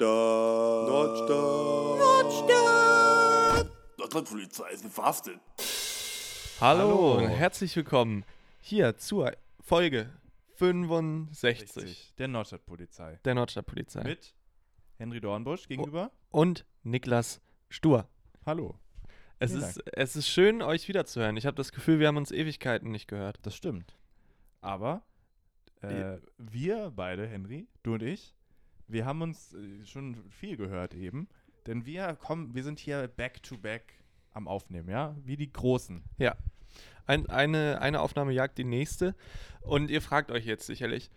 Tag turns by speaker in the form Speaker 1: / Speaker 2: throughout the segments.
Speaker 1: Nordstadt. Nordstadt.
Speaker 2: Nordrhein-Polizei ist verhaftet.
Speaker 3: Hallo,
Speaker 4: Hallo.
Speaker 3: und herzlich willkommen hier zur Folge 65
Speaker 4: Richtig. Der Nordstadtpolizei.
Speaker 3: der Nordstadtpolizei
Speaker 4: Mit Henry Dornbusch gegenüber.
Speaker 3: und Niklas Stur.
Speaker 4: Hallo.
Speaker 3: Es
Speaker 4: Vielen
Speaker 3: ist, es ist schön, euch wiederzuhören. Ich habe das Gefühl, wir haben uns Ewigkeiten nicht gehört.
Speaker 4: Das stimmt. Aber äh, wir beide, Henry, du und ich, wir haben uns äh, schon viel gehört eben. Denn wir kommen, wir sind hier back to back am Aufnehmen, ja? Wie die Großen.
Speaker 3: Ja. Ein, eine, eine Aufnahme jagt die nächste. Und ihr fragt euch jetzt sicherlich,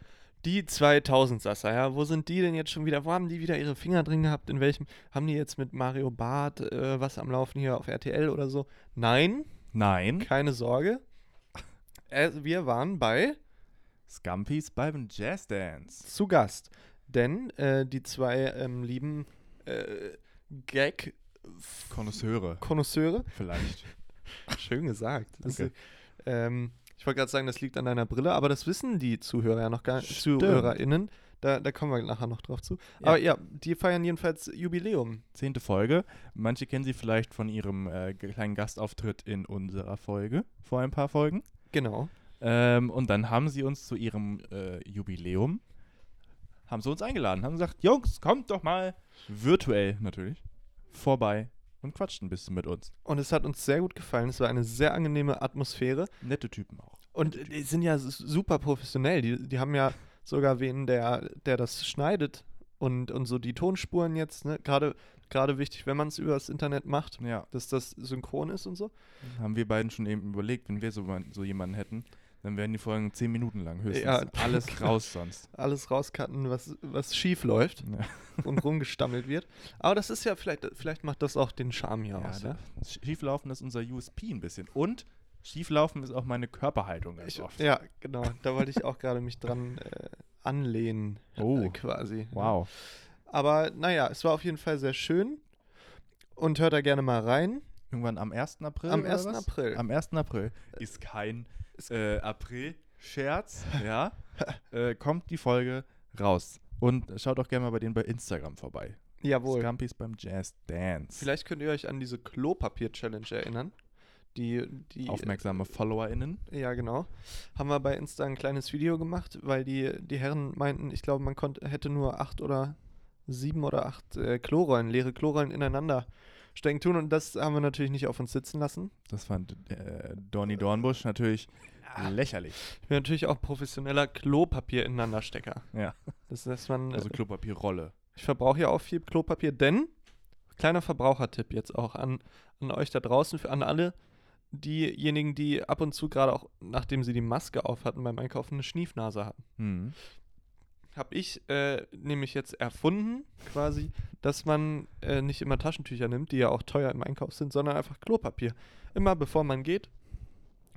Speaker 3: die 2000 Sasser, ja, wo sind die denn jetzt schon wieder? Wo haben die wieder ihre Finger drin gehabt? In welchem? Haben die jetzt mit Mario Barth äh, was am Laufen hier auf RTL oder so? Nein,
Speaker 4: Nein.
Speaker 3: keine Sorge. Äh, wir waren bei
Speaker 4: Scumpies beim Jazzdance.
Speaker 3: zu Gast. Denn äh, die zwei ähm, lieben äh, Gag-Konnoisseure.
Speaker 4: Konnoisseure vielleicht.
Speaker 3: Schön gesagt. Das
Speaker 4: Danke.
Speaker 3: Ist, ähm, ich wollte gerade sagen, das liegt an deiner Brille, aber das wissen die Zuhörer ja noch gar nicht.
Speaker 4: Stimmt.
Speaker 3: ZuhörerInnen. Da, da kommen wir nachher noch drauf zu.
Speaker 4: Ja.
Speaker 3: Aber ja, die feiern jedenfalls Jubiläum.
Speaker 4: Zehnte Folge. Manche kennen sie vielleicht von ihrem äh, kleinen Gastauftritt in unserer Folge vor ein paar Folgen.
Speaker 3: Genau.
Speaker 4: Ähm, und dann haben sie uns zu ihrem äh, Jubiläum, haben sie uns eingeladen, haben gesagt, Jungs, kommt doch mal virtuell natürlich vorbei und quatscht ein bisschen mit uns.
Speaker 3: Und es hat uns sehr gut gefallen. Es war eine sehr angenehme Atmosphäre.
Speaker 4: Nette Typen auch.
Speaker 3: Und äh, die sind ja s- super professionell. Die, die haben ja sogar wen, der, der das schneidet und, und so die Tonspuren jetzt. Ne? Gerade, gerade wichtig, wenn man es über das Internet macht,
Speaker 4: Ja,
Speaker 3: dass das synchron ist und so.
Speaker 4: haben wir beiden schon eben überlegt, wenn wir so, man- so jemanden hätten, dann wären die Folgen zehn Minuten lang höchstens.
Speaker 3: Ja,
Speaker 4: Alles
Speaker 3: genau.
Speaker 4: raus sonst.
Speaker 3: Alles rauscutten, was, was schief läuft.
Speaker 4: Ja,
Speaker 3: und rumgestammelt wird. Aber das ist ja vielleicht, vielleicht macht das auch den Charme hier
Speaker 4: ja,
Speaker 3: aus. Ja?
Speaker 4: das- ne? Schieflaufen ist unser USP ein bisschen. Und Schieflaufen ist auch meine Körperhaltung ganz
Speaker 3: Ich,
Speaker 4: oft.
Speaker 3: ja, genau. Da wollte ich auch gerade mich dran äh, anlehnen, äh,
Speaker 4: Oh.
Speaker 3: quasi.
Speaker 4: Wow.
Speaker 3: Aber naja, es war auf jeden Fall sehr schön. Und hört da gerne mal rein.
Speaker 4: Irgendwann am 1. April.
Speaker 3: Am
Speaker 4: Äh, oder
Speaker 3: 1.
Speaker 4: was?
Speaker 3: April.
Speaker 4: Am 1. April. Ist kein äh, April-Scherz. ja. Äh, kommt die Folge raus. Und schaut auch gerne mal bei denen bei Instagram vorbei.
Speaker 3: Jawohl.
Speaker 4: Scampis beim Jazz Dance.
Speaker 3: Vielleicht könnt ihr euch an diese Klopapier-Challenge erinnern. Die, die äh,
Speaker 4: Aufmerksame FollowerInnen.
Speaker 3: Ja, genau. Haben wir bei Insta ein kleines Video gemacht, weil die, die Herren meinten, ich glaube, man konnte, hätte nur acht oder sieben oder acht äh, Klorollen, leere Klorollen ineinander stecken tun. Und das haben wir natürlich nicht auf uns sitzen lassen.
Speaker 4: Das fand äh, Donny Dornbusch natürlich
Speaker 3: Ah.
Speaker 4: lächerlich.
Speaker 3: Ich bin natürlich auch professioneller Klopapier ineinanderstecker.
Speaker 4: Ja.
Speaker 3: Das heißt, man,
Speaker 4: Also Klopapierrolle.
Speaker 3: ich verbrauche ja auch viel Klopapier, denn, kleiner Verbrauchertipp jetzt auch an, an euch da draußen, für an alle diejenigen, die ab und zu gerade auch, nachdem sie die Maske auf hatten beim Einkaufen, eine Schniefnase hatten.
Speaker 4: Hm.
Speaker 3: habe ich äh, nämlich jetzt erfunden, quasi, dass man äh, nicht immer Taschentücher nimmt, die ja auch teuer im Einkauf sind, sondern einfach Klopapier. Immer bevor man geht,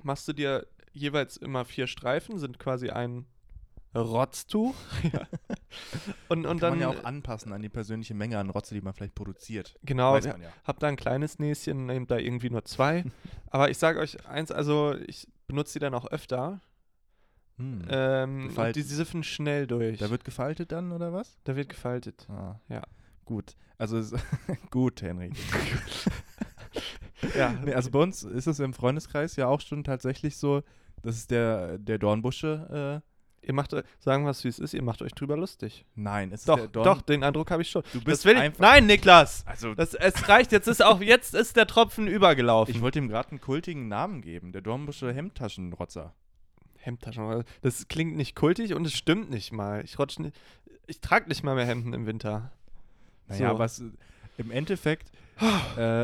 Speaker 3: machst du dir jeweils immer vier Streifen, sind quasi ein Rotztuch. ja. Und, und
Speaker 4: Kann
Speaker 3: dann äh,
Speaker 4: man ja auch anpassen an die persönliche Menge an Rotze, die man vielleicht produziert.
Speaker 3: Genau,
Speaker 4: Weiß
Speaker 3: ja.
Speaker 4: man ja.
Speaker 3: Hab da ein kleines Näschen, nehmt da irgendwie nur zwei. Aber ich sage euch eins, also ich benutze die dann auch öfter.
Speaker 4: Hm.
Speaker 3: Ähm, und
Speaker 4: Gefaltet.
Speaker 3: die siffen schnell durch.
Speaker 4: da wird gefaltet dann, oder was?
Speaker 3: da wird gefaltet.
Speaker 4: Ah.
Speaker 3: Ja.
Speaker 4: Gut. Also es- gut, Henry.
Speaker 3: Ja,
Speaker 4: Nee, also bei uns ist es im Freundeskreis ja auch schon tatsächlich so, das ist der, der Dornbusche. Äh,
Speaker 3: Ihr macht, eu- sagen wir es wie es ist, ihr macht euch drüber lustig.
Speaker 4: nein, es
Speaker 3: Doch,
Speaker 4: ist der Dorn.
Speaker 3: doch, den Eindruck habe ich schon.
Speaker 4: Du bist
Speaker 3: das will ich,
Speaker 4: einfach-
Speaker 3: nein, Niklas!
Speaker 4: Also
Speaker 3: Das, es reicht, jetzt ist auch, jetzt ist der Tropfen übergelaufen.
Speaker 4: ich wollte ihm gerade einen kultigen Namen geben, der Dornbusche Hemdtaschenrotzer.
Speaker 3: Hemdtaschen, das klingt nicht kultig und es stimmt nicht mal. Ich rutsch nicht, ich trage nicht mal mehr Hemden im Winter.
Speaker 4: Naja,
Speaker 3: So.
Speaker 4: aber es, äh, im Endeffekt, äh,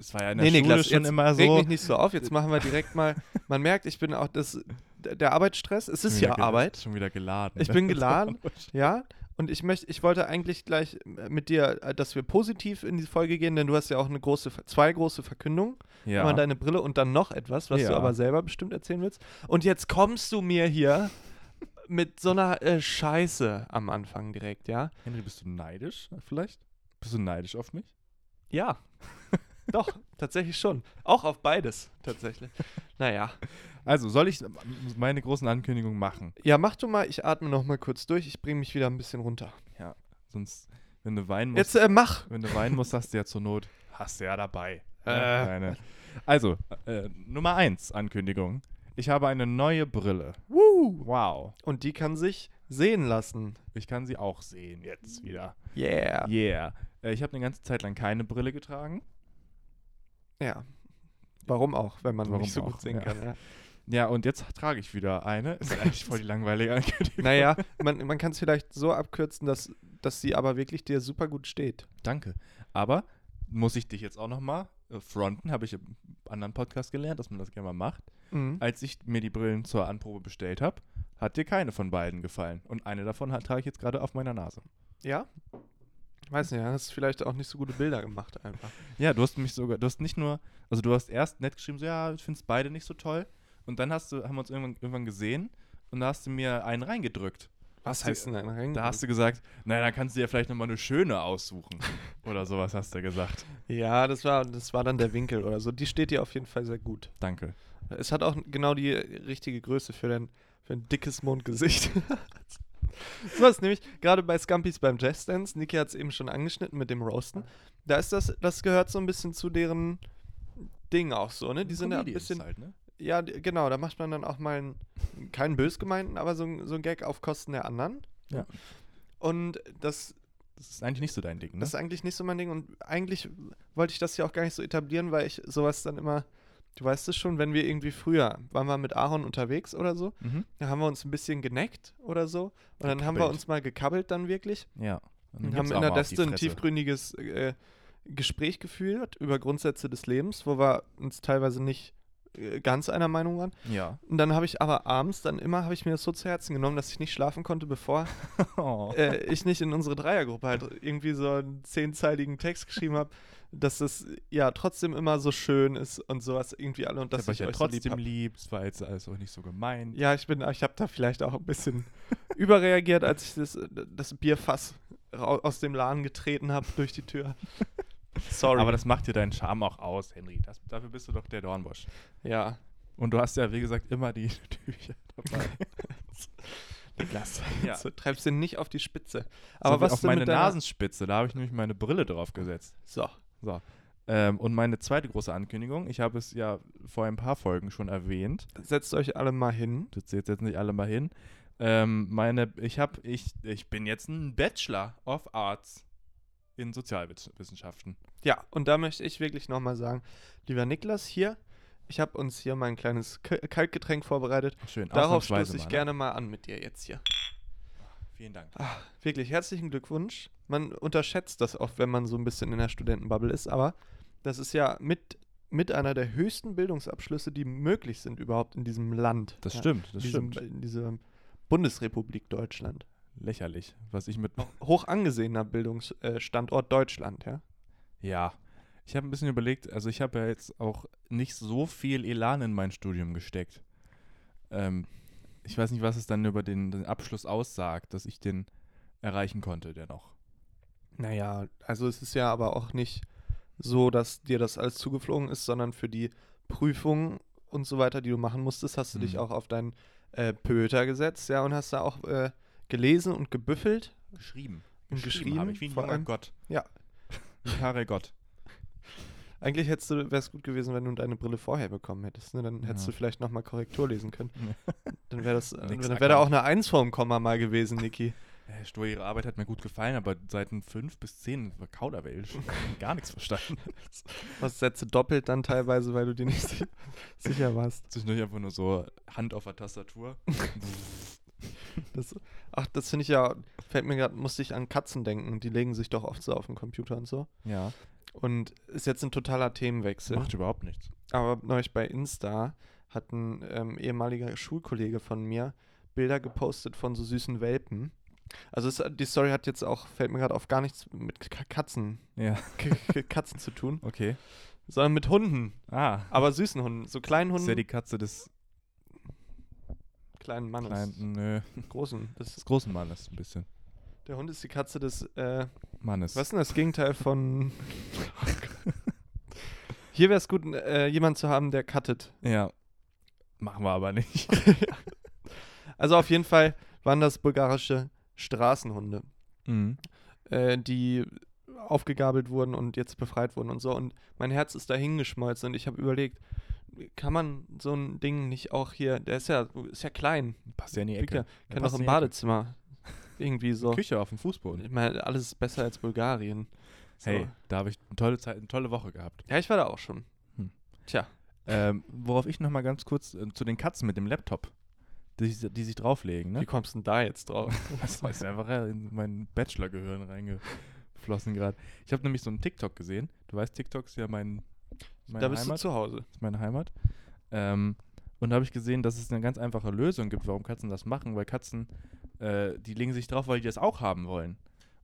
Speaker 4: es war ja in der
Speaker 3: Nee,
Speaker 4: Schule
Speaker 3: Niklas,
Speaker 4: schon
Speaker 3: jetzt
Speaker 4: immer
Speaker 3: reg
Speaker 4: so.
Speaker 3: mich nicht so auf, jetzt machen wir direkt mal, man merkt, ich bin auch, das, der der Arbeitsstress, es ist
Speaker 4: Schon wieder
Speaker 3: ja genau.
Speaker 4: gel-
Speaker 3: Arbeit.
Speaker 4: Schon wieder geladen. ne?
Speaker 3: Ich bin geladen, ja. Und ich möchte, ich wollte eigentlich gleich äh, mit dir, äh, dass wir positiv in die Folge gehen, denn du hast ja auch eine große, Ver- zwei große Verkündungen.
Speaker 4: Ja.
Speaker 3: Einmal deine Brille und dann noch etwas, was du
Speaker 4: Ja.
Speaker 3: aber selber bestimmt erzählen willst. Und jetzt kommst du mir hier mit so einer äh, Scheiße am Anfang direkt, ja?
Speaker 4: Henry, bist du neidisch vielleicht? Bist du neidisch auf mich?
Speaker 3: Ja. Doch, tatsächlich schon. Auch auf beides, tatsächlich. Naja.
Speaker 4: Also, soll ich meine großen Ankündigungen machen?
Speaker 3: Ja, mach du mal, ich atme noch mal kurz durch, ich bringe mich wieder ein bisschen runter.
Speaker 4: sonst, wenn du weinen musst,
Speaker 3: Jetzt äh, mach.
Speaker 4: wenn du weinen musst, hast du ja zur Not, hast du ja dabei.
Speaker 3: Äh.
Speaker 4: Ja, kleine. Also, äh, Nummer 1 Ankündigung. Ich habe eine neue Brille. Wow.
Speaker 3: Und die kann sich sehen lassen.
Speaker 4: Ich kann sie auch sehen jetzt wieder.
Speaker 3: Yeah.
Speaker 4: Yeah. Äh, ich habe eine ganze Zeit lang keine Brille getragen.
Speaker 3: Ja. Warum auch, wenn man
Speaker 4: Warum
Speaker 3: nicht so
Speaker 4: auch,
Speaker 3: gut sehen
Speaker 4: ja.
Speaker 3: kann. Ja.
Speaker 4: Ja, und jetzt trage ich wieder eine. Ist eigentlich voll die langweilige Ankündigung.
Speaker 3: Naja, man, man kann es vielleicht so abkürzen, dass, dass sie aber wirklich dir super gut steht.
Speaker 4: Danke. Aber muss ich dich jetzt auch nochmal fronten? Habe ich im anderen Podcast gelernt, dass man das gerne mal macht.
Speaker 3: Mhm.
Speaker 4: Als ich mir die Brillen zur Anprobe bestellt habe, hat dir keine von beiden gefallen. Und eine davon hat, trage ich jetzt gerade auf meiner Nase.
Speaker 3: Ja? Weiß nicht, hast vielleicht auch nicht so gute Bilder gemacht einfach.
Speaker 4: Ja, du hast mich sogar, du hast nicht nur, also du hast erst nett geschrieben, so ja, ich finde es beide nicht so toll. Und dann hast du, haben wir uns irgendwann, irgendwann gesehen und da hast du mir einen reingedrückt.
Speaker 3: Was
Speaker 4: Hast du-
Speaker 3: heißt denn ein Ring?
Speaker 4: Da hast du gesagt, naja, dann kannst du dir vielleicht nochmal eine schöne aussuchen. Oder sowas hast du gesagt.
Speaker 3: ja, das war, das war dann der Winkel oder so. Die steht dir auf jeden Fall sehr gut.
Speaker 4: Danke.
Speaker 3: Es hat auch genau die richtige Größe für dein, für ein dickes Mondgesicht. so ist nämlich gerade bei Scampis beim Jazzdance, Niki hat es eben schon angeschnitten mit dem Roasten, da ist das, das gehört so ein bisschen zu deren Ding auch so, ne? Die sind ja ein
Speaker 4: Comedians
Speaker 3: bisschen,
Speaker 4: Halt, ne?
Speaker 3: ja d- genau, da macht man dann auch mal einen, keinen bös gemeinten, aber so, ein- so ein Gag auf Kosten der anderen.
Speaker 4: Ja.
Speaker 3: Und das
Speaker 4: Das ist eigentlich nicht so dein Ding, ne?
Speaker 3: das ist eigentlich nicht so mein Ding und eigentlich wollte ich das ja auch gar nicht so etablieren, weil ich sowas dann immer, du weißt es schon, wenn wir irgendwie früher, waren wir mit Aaron unterwegs oder so,
Speaker 4: Mhm.
Speaker 3: da haben wir uns ein bisschen geneckt oder so und dann haben wir
Speaker 4: Gekabbelt.
Speaker 3: uns mal gekabbelt dann wirklich
Speaker 4: Ja.
Speaker 3: und haben in der Deste ein tiefgründiges äh, Gespräch geführt über Grundsätze des Lebens, wo wir uns teilweise nicht äh, ganz einer Meinung waren.
Speaker 4: Ja.
Speaker 3: Und dann habe ich aber abends dann immer, habe ich mir das so zu Herzen genommen, dass ich nicht schlafen konnte, bevor
Speaker 4: Oh.
Speaker 3: äh, ich nicht in unsere Dreiergruppe halt irgendwie so einen zehnzeiligen Text geschrieben habe, dass das ja trotzdem immer so schön ist und sowas irgendwie alle und dass
Speaker 4: das
Speaker 3: ich
Speaker 4: ich ja
Speaker 3: euch trotzdem
Speaker 4: trotzdem
Speaker 3: so lieb
Speaker 4: lieb, es war jetzt alles auch nicht so gemein.
Speaker 3: hab. Ja, ich bin, ich habe da vielleicht auch ein bisschen überreagiert, als ich das, das Bierfass rau- aus dem Laden getreten habe durch die Tür. Sorry.
Speaker 4: Aber das macht dir deinen Charme auch aus, Henry. Das, dafür bist du doch der Dornbusch.
Speaker 3: ja,
Speaker 4: Und du hast ja, wie gesagt, immer die Tücher dabei.
Speaker 3: Niklas.
Speaker 4: Ja.
Speaker 3: Du treibst den nicht auf die Spitze.
Speaker 4: Aber
Speaker 3: Aber was
Speaker 4: so was auf
Speaker 3: denn
Speaker 4: meine
Speaker 3: mit deiner-
Speaker 4: Nasenspitze, da habe ich nämlich meine Brille drauf gesetzt.
Speaker 3: So.
Speaker 4: So. Ähm, und meine zweite große Ankündigung, ich habe es ja vor ein paar Folgen schon erwähnt,
Speaker 3: Setzt euch alle mal hin.
Speaker 4: Jetzt jetzt setzen sich alle mal hin. Ähm, meine, ich habe, ich, ich bin jetzt ein Bachelor of Arts in Sozialwissenschaften.
Speaker 3: Ja, und da möchte ich wirklich nochmal sagen, lieber Niklas, hier, ich habe uns hier mein kleines K Kaltgetränk vorbereitet.
Speaker 4: Schön.
Speaker 3: Darauf
Speaker 4: ausnahmsweise
Speaker 3: stoße ich
Speaker 4: mal, ne?
Speaker 3: gerne mal an mit dir jetzt hier. Ah,
Speaker 4: Vielen Dank.
Speaker 3: Wirklich, herzlichen Glückwunsch. Man unterschätzt das oft, wenn man so ein bisschen in der Studentenbubble ist, aber das ist ja mit, mit einer der höchsten Bildungsabschlüsse, die möglich sind überhaupt in diesem Land.
Speaker 4: Das
Speaker 3: ja,
Speaker 4: stimmt, das
Speaker 3: in diesem,
Speaker 4: stimmt.
Speaker 3: In dieser Bundesrepublik Deutschland.
Speaker 4: äh, Lächerlich, was ich mit.
Speaker 3: Hoch angesehener Bildungsstandort Deutschland, ja.
Speaker 4: Ja. Ich habe ein bisschen überlegt, also ich habe ja jetzt auch nicht so viel Elan in mein Studium gesteckt. Ähm, ich weiß nicht, was es dann über den, den Abschluss aussagt, dass ich den erreichen konnte, dennoch.
Speaker 3: Naja, also es ist ja aber auch nicht so, dass dir das alles zugeflogen ist, sondern für die Prüfungen und so weiter, die du machen musstest, hast du dich
Speaker 4: Mhm.
Speaker 3: auch auf deinen äh, Pöter gesetzt, ja, und hast da auch äh, gelesen und gebüffelt.
Speaker 4: Geschrieben.
Speaker 3: Und
Speaker 4: Geschrieben, habe ich wie ein
Speaker 3: vor
Speaker 4: junger
Speaker 3: allem.
Speaker 4: Gott.
Speaker 3: Ja.
Speaker 4: Wie Karel Gott.
Speaker 3: Eigentlich hättest du, wäre es gut gewesen, wenn du deine Brille vorher bekommen hättest. Ne? Dann hättest
Speaker 4: Ja.
Speaker 3: du vielleicht nochmal Korrektur lesen können. Dann wäre das, dann
Speaker 4: Nix
Speaker 3: wäre da auch eine Eins vorm Komma mal gewesen, Niki.
Speaker 4: Äh, Stur, ihre Arbeit hat mir gut gefallen, aber Seiten 5 bis 10 war Kauderwelsch. Gar nichts verstanden.
Speaker 3: Was Sätze doppelt dann teilweise, weil du dir nicht si- sicher warst.
Speaker 4: Zwischendurch einfach nur so Hand auf der Tastatur.
Speaker 3: Das, ach, das finde ich ja, fällt mir gerade, musste ich an Katzen denken. Die legen sich doch oft so auf den Computer und so.
Speaker 4: ja.
Speaker 3: Und ist jetzt ein totaler Themenwechsel.
Speaker 4: Macht überhaupt nichts.
Speaker 3: Aber neulich bei Insta hat ein ähm, ehemaliger Schulkollege von mir Bilder gepostet von so süßen Welpen. Also es, die Story hat jetzt auch, fällt mir gerade auf, gar nichts mit K Katzen,
Speaker 4: Ja,
Speaker 3: K K Katzen zu tun,
Speaker 4: okay.
Speaker 3: sondern mit Hunden.
Speaker 4: Ah.
Speaker 3: Aber süßen Hunden, so kleinen
Speaker 4: Ist ja die
Speaker 3: Hunden,
Speaker 4: Katze des
Speaker 3: kleinen Mannes,
Speaker 4: kleinen, nö,
Speaker 3: großen. Das
Speaker 4: des großen Mannes ein bisschen.
Speaker 3: der Hund ist die Katze des äh,
Speaker 4: Mannes.
Speaker 3: Was ist denn das Gegenteil von. Hier wäre es gut, äh, jemanden zu haben, der cuttet.
Speaker 4: Ja. Machen wir aber nicht.
Speaker 3: Also auf jeden Fall waren das bulgarische Straßenhunde.
Speaker 4: mhm.
Speaker 3: äh, die aufgegabelt wurden und jetzt befreit wurden und so. Und mein Herz ist dahin geschmolzen und ich habe überlegt, kann man so ein Ding nicht auch hier, der ist ja, ist ja klein,
Speaker 4: Passt ja in die
Speaker 3: liegt ja,
Speaker 4: Ecke.
Speaker 3: kann
Speaker 4: passt
Speaker 3: doch
Speaker 4: in
Speaker 3: im
Speaker 4: die Ecke.
Speaker 3: Badezimmer. Irgendwie so.
Speaker 4: Küche auf dem Fußboden.
Speaker 3: Ich meine, alles ist besser als Bulgarien. So.
Speaker 4: Hey, da habe ich eine tolle Zeit, eine tolle Woche gehabt.
Speaker 3: Ja, ich war da auch schon.
Speaker 4: Hm.
Speaker 3: Tja,
Speaker 4: Ähm, worauf ich nochmal ganz kurz äh, zu den Katzen mit dem Laptop, die, sich- die sich drauflegen,
Speaker 3: wie
Speaker 4: ne?
Speaker 3: kommst du denn da jetzt drauf?
Speaker 4: Das ist einfach in mein Bachelor-Gehirn reingeflossen gerade. Ich habe nämlich so einen TikTok gesehen. Du weißt, TikTok ist ja mein, meine
Speaker 3: da bist
Speaker 4: Heimat,
Speaker 3: du zu Hause.
Speaker 4: ist meine Heimat. Ähm, und da habe ich gesehen, dass es eine ganz einfache Lösung gibt, warum Katzen das machen, weil Katzen, äh, die legen sich drauf, weil die das auch haben wollen.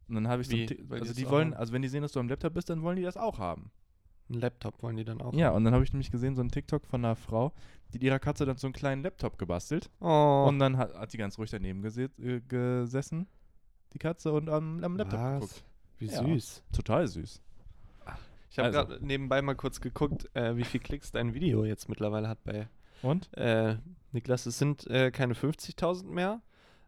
Speaker 4: Und dann habe ich so
Speaker 3: Wie?
Speaker 4: einen Tik-
Speaker 3: Weil die
Speaker 4: also
Speaker 3: das
Speaker 4: die
Speaker 3: auch
Speaker 4: wollen,
Speaker 3: haben?
Speaker 4: also wenn die sehen, dass du am Laptop bist, dann wollen die das auch haben.
Speaker 3: Einen Laptop wollen die dann auch.
Speaker 4: Ja, und dann habe ich nämlich gesehen, so einen TikTok von einer Frau, die hat ihrer Katze dann so einen kleinen Laptop gebastelt.
Speaker 3: Oh.
Speaker 4: Und dann hat, hat die ganz ruhig daneben gese äh, gesessen, die Katze, und am, am Laptop geguckt.
Speaker 3: Was? Wie
Speaker 4: Ja.
Speaker 3: süß.
Speaker 4: Total süß.
Speaker 3: Ich habe
Speaker 4: Also.
Speaker 3: gerade nebenbei mal kurz geguckt, äh, wie viel Klicks dein Video jetzt mittlerweile hat bei
Speaker 4: Und?
Speaker 3: äh, Niklas. Es sind äh, keine 50.000 mehr,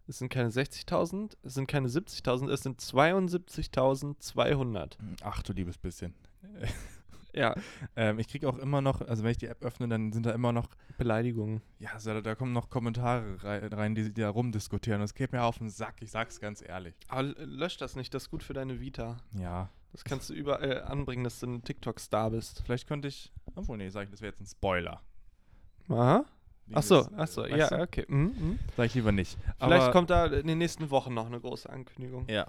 Speaker 3: es sind keine 60.000, es sind keine 70.000, es sind 72.200.
Speaker 4: Ach du liebes bisschen.
Speaker 3: Ja,
Speaker 4: Ähm, ich kriege auch immer noch, also wenn ich die App öffne, dann sind da immer noch,
Speaker 3: Beleidigungen.
Speaker 4: ja, so, da- da kommen noch Kommentare rei- rein, die, die da rumdiskutieren. Das geht mir auf den Sack, ich sag's ganz ehrlich.
Speaker 3: Aber l- lösch das nicht, das ist gut für deine Vita.
Speaker 4: Ja,
Speaker 3: Das kannst du überall äh, anbringen, dass du ein TikTok-Star bist.
Speaker 4: vielleicht könnte ich, obwohl, nee, sag ich, das wäre jetzt ein Spoiler.
Speaker 3: Aha. Ach so,
Speaker 4: Dieses, äh,
Speaker 3: ach so,
Speaker 4: weißt
Speaker 3: ja,
Speaker 4: du?
Speaker 3: okay. Mhm, mhm.
Speaker 4: Sag ich lieber nicht.
Speaker 3: Vielleicht
Speaker 4: Aber-
Speaker 3: kommt da in den nächsten Wochen noch eine große Ankündigung.
Speaker 4: Ja.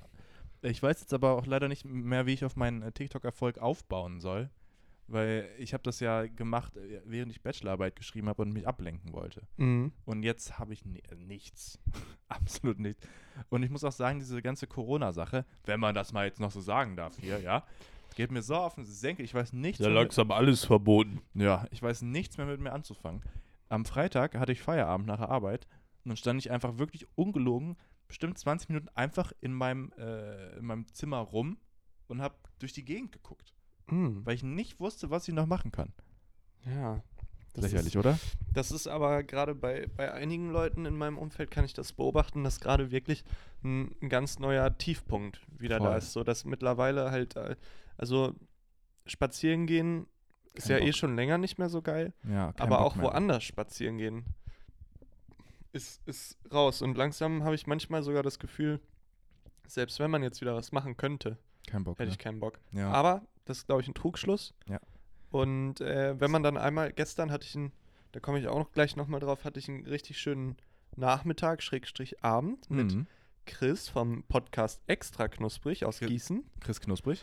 Speaker 4: Ich weiß jetzt aber auch leider nicht mehr, wie ich auf meinen äh, TikTok-Erfolg aufbauen soll, weil ich habe das ja gemacht, äh, während ich Bachelorarbeit geschrieben habe und mich ablenken wollte.
Speaker 3: Mhm.
Speaker 4: Und jetzt habe ich ni- äh, nichts. Absolut nichts. Und ich muss auch sagen, diese ganze Corona-Sache, wenn man das mal jetzt noch so sagen darf hier, ja, geht mir so auf den Senkel. Ich weiß nichts.
Speaker 1: Da
Speaker 4: mehr mit-
Speaker 1: langsam alles verboten.
Speaker 4: ja, ich weiß nichts mehr mit mir anzufangen. Am Freitag hatte ich Feierabend nach der Arbeit und dann stand ich einfach wirklich ungelogen, bestimmt 20 Minuten einfach in meinem, äh, in meinem Zimmer rum und habe durch die Gegend geguckt,
Speaker 3: Mhm.
Speaker 4: weil ich nicht wusste, was ich noch machen kann.
Speaker 3: Ja. Das ist-
Speaker 4: Lächerlich, oder?
Speaker 3: Das ist aber gerade bei, bei einigen Leuten in meinem Umfeld kann ich das beobachten, dass gerade wirklich ein, ein ganz neuer Tiefpunkt wieder da
Speaker 4: Voll.
Speaker 3: ist. So dass mittlerweile halt, äh, also spazieren gehen ist
Speaker 4: Kein
Speaker 3: ja eh
Speaker 4: Bock.
Speaker 3: schon länger nicht mehr so geil,
Speaker 4: Ja, kein
Speaker 3: aber
Speaker 4: Bock
Speaker 3: auch
Speaker 4: mehr.
Speaker 3: woanders spazieren gehen ist, ist raus. Und langsam habe ich manchmal sogar das Gefühl, selbst wenn man jetzt wieder was machen könnte,
Speaker 4: Kein Bock
Speaker 3: hätte
Speaker 4: mehr.
Speaker 3: ich keinen Bock.
Speaker 4: Ja.
Speaker 3: Aber das ist, glaube ich, ein Trugschluss.
Speaker 4: Ja.
Speaker 3: Und äh, wenn man dann einmal, gestern hatte ich einen, da komme ich auch noch gleich nochmal drauf, hatte ich einen richtig schönen Nachmittag, Schrägstrich Abend mit
Speaker 4: Mhm.
Speaker 3: Chris vom Podcast Extra Knusprig aus
Speaker 4: Chris-
Speaker 3: Gießen.
Speaker 4: Chris Knusprig.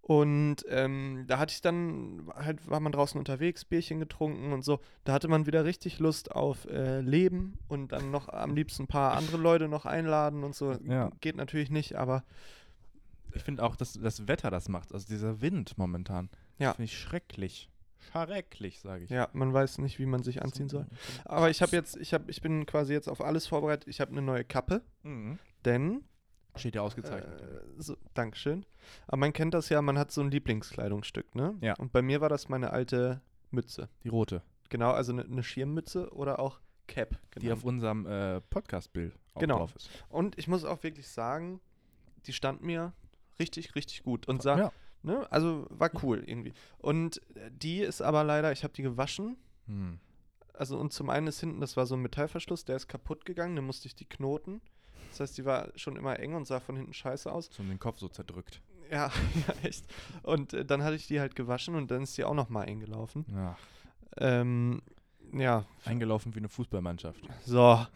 Speaker 3: Und ähm, da hatte ich dann, halt war man draußen unterwegs, Bierchen getrunken und so. Da hatte man wieder richtig Lust auf äh, Leben und dann noch am liebsten ein paar andere Leute noch einladen und so.
Speaker 4: Ja.
Speaker 3: Geht natürlich nicht, aber
Speaker 4: Ich finde auch, dass das Wetter das macht, also dieser Wind momentan.
Speaker 3: Ja.
Speaker 4: Das finde ich schrecklich. Schrecklich, sage ich.
Speaker 3: ja, man weiß nicht, wie man sich anziehen soll. Aber ich habe jetzt, ich habe, ich bin quasi jetzt auf alles vorbereitet. Ich habe eine neue Kappe,
Speaker 4: Mhm.
Speaker 3: denn,
Speaker 4: Steht ja
Speaker 3: äh,
Speaker 4: ausgezeichnet.
Speaker 3: so, Dankeschön. Aber man kennt das ja, man hat so ein Lieblingskleidungsstück, ne?
Speaker 4: Ja.
Speaker 3: Und bei mir war das meine alte Mütze.
Speaker 4: Die rote.
Speaker 3: Genau, also eine ne Schirmmütze oder auch Cap.
Speaker 4: die auf
Speaker 3: genannt.
Speaker 4: unserem äh, Podcast-Bild auch
Speaker 3: Genau.
Speaker 4: drauf ist.
Speaker 3: Und ich muss auch wirklich sagen, die stand mir richtig, richtig gut und sah,
Speaker 4: Ja.
Speaker 3: ne? Also war cool irgendwie. Und äh, die ist aber leider, ich habe die gewaschen
Speaker 4: Hm.
Speaker 3: Also und zum einen ist hinten, das war so ein Metallverschluss, der ist kaputt gegangen, dann musste ich die knoten. Das heißt, die war schon immer eng und sah von hinten scheiße aus.
Speaker 4: So um den Kopf so zerdrückt.
Speaker 3: Ja, ja, echt. Und äh, dann hatte ich die halt gewaschen und dann ist die auch nochmal eingelaufen.
Speaker 4: Ja.
Speaker 3: Ähm, ja,
Speaker 4: Eingelaufen wie eine Fußballmannschaft.
Speaker 3: so.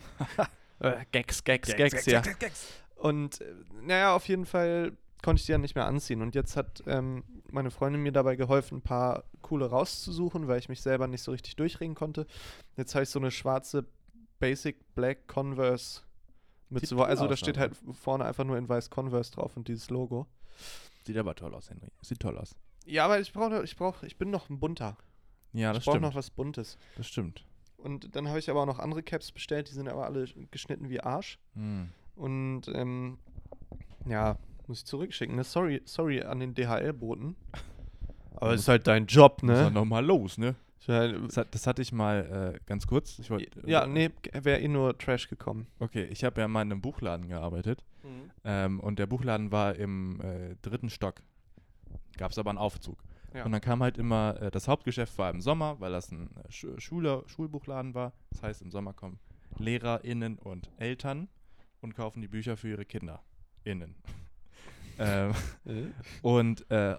Speaker 3: Äh, Gags, Gags, Gags, ja.
Speaker 4: Gags,
Speaker 3: Und äh, naja, auf jeden Fall konnte ich die ja nicht mehr anziehen. Und jetzt hat ähm, meine Freundin mir dabei geholfen, ein paar coole rauszusuchen, weil ich mich selber nicht so richtig durchringen konnte. Jetzt habe ich so eine schwarze Basic Black Converse mit
Speaker 4: Sieht
Speaker 3: so,
Speaker 4: cool
Speaker 3: also da
Speaker 4: aus,
Speaker 3: steht
Speaker 4: aber.
Speaker 3: halt vorne einfach nur in weiß Converse drauf und dieses Logo.
Speaker 4: Sieht aber toll aus, Henry. Sieht toll aus.
Speaker 3: Ja, aber ich brauche, ich brauche, ich bin noch ein bunter.
Speaker 4: Ja, das
Speaker 3: ich brauche
Speaker 4: stimmt.
Speaker 3: noch was Buntes.
Speaker 4: das stimmt.
Speaker 3: Und dann habe ich aber auch noch andere Caps bestellt, die sind aber alle geschnitten wie Arsch.
Speaker 4: Hm.
Speaker 3: Ne? Und ähm, ja, muss ich zurückschicken. Ne? Sorry, sorry an den DHL-Boten. Aber
Speaker 4: Muss-
Speaker 3: ist halt dein Job,
Speaker 4: Muss dann
Speaker 3: ne?
Speaker 4: nochmal los, ne?
Speaker 3: Ich meine,
Speaker 4: Das, hat, das hatte ich mal äh, ganz kurz. Ich wollt, äh,
Speaker 3: ja, nee, wäre eh nur Trash gekommen.
Speaker 4: Okay, ich habe ja mal in einem Buchladen gearbeitet. Ähm, und der Buchladen war im äh, dritten Stock. Gab es aber einen Aufzug.
Speaker 3: Ja.
Speaker 4: Und dann kam halt immer, äh, das Hauptgeschäft war im Sommer, weil das ein äh, Schu- Schule, Schulbuchladen war. Das heißt, im Sommer kommen LehrerInnen und Eltern und kaufen die Bücher für ihre KinderInnen. ähm, und äh,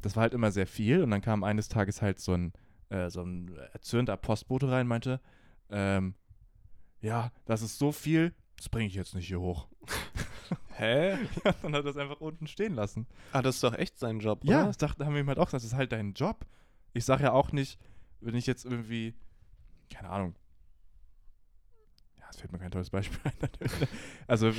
Speaker 4: das war halt immer sehr viel. Und dann kam eines Tages halt so ein, äh, so ein erzürnter Postbote rein, meinte, ähm, ja, das ist so viel, das bringe ich jetzt nicht hier hoch.
Speaker 3: Hä?
Speaker 4: Ja, dann hat er das einfach unten stehen lassen.
Speaker 3: Ah, das ist doch echt sein Job,
Speaker 4: Ja,
Speaker 3: oder?
Speaker 4: das dachte, haben wir ihm halt auch gesagt, das ist halt dein Job. Ich sage ja auch nicht, wenn ich jetzt irgendwie, keine Ahnung. Ja, es fällt mir kein tolles Beispiel ein. Also,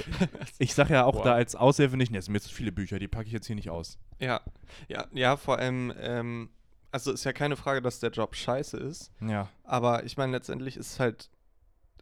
Speaker 4: ich sage ja auch
Speaker 3: Boah.
Speaker 4: da als Aushilfe nicht, ne, es sind mir zu viele Bücher, die packe ich jetzt hier nicht aus.
Speaker 3: Ja. Ja, ja vor allem, ähm, also ist ja keine Frage, dass der Job scheiße ist.
Speaker 4: Ja.
Speaker 3: Aber ich meine, letztendlich ist halt,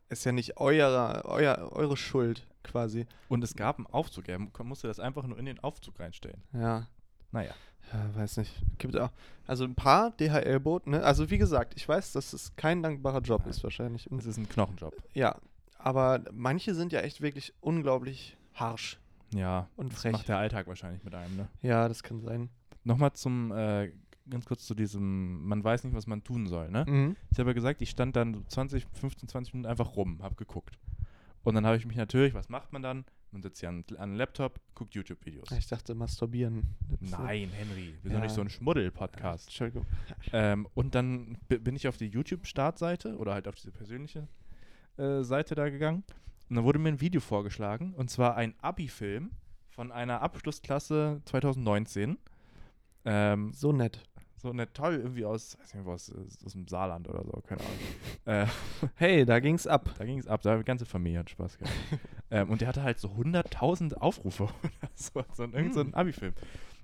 Speaker 3: ist ja nicht euer, euer, eure Schuld quasi.
Speaker 4: Und es gab einen Aufzug, er mu- musste das einfach nur in den Aufzug reinstellen.
Speaker 3: Ja.
Speaker 4: Naja.
Speaker 3: Ja, Äh, weiß nicht. Gibt auch. Also ein paar DHL-Boot, ne? Also wie gesagt, ich weiß, dass es kein dankbarer Job ist wahrscheinlich.
Speaker 4: Es ist ein Knochenjob.
Speaker 3: Ja. Aber manche sind ja echt wirklich unglaublich harsch
Speaker 4: Ja.
Speaker 3: und
Speaker 4: Das
Speaker 3: frech.
Speaker 4: macht der Alltag wahrscheinlich mit einem, ne?
Speaker 3: Ja, das kann sein.
Speaker 4: Nochmal zum, äh, ganz kurz zu diesem, man weiß nicht, was man tun soll, ne?
Speaker 3: Mhm.
Speaker 4: Ich habe ja gesagt, ich stand dann so 20, 15, 20 Minuten einfach rum, habe geguckt. Und dann habe ich mich natürlich, was macht man dann? Man sitzt hier an, an einem Laptop, guckt YouTube-Videos.
Speaker 3: Ah, Ich dachte, masturbieren. Das ist-
Speaker 4: Nein, Henry, wir sind
Speaker 3: Ja.
Speaker 4: doch nicht so ein Schmuddel-Podcast.
Speaker 3: Entschuldigung.
Speaker 4: Ähm, und dann bi- bin ich auf die YouTube-Startseite oder halt auf diese persönliche äh, Seite da gegangen. Und dann wurde mir ein Video vorgeschlagen, und zwar ein Abi-Film von einer Abschlussklasse 2019. Ähm,
Speaker 3: So nett.
Speaker 4: so eine toll, irgendwie aus, weiß nicht, wo aus, aus dem Saarland oder so, keine Ahnung. äh,
Speaker 3: Hey, da ging's ab.
Speaker 4: Da ging es ab, da die ganze Familie hat Spaß gehabt. ähm, und der hatte halt so 100.000 Aufrufe oder so, so ein, irgend so ein Abi-Film.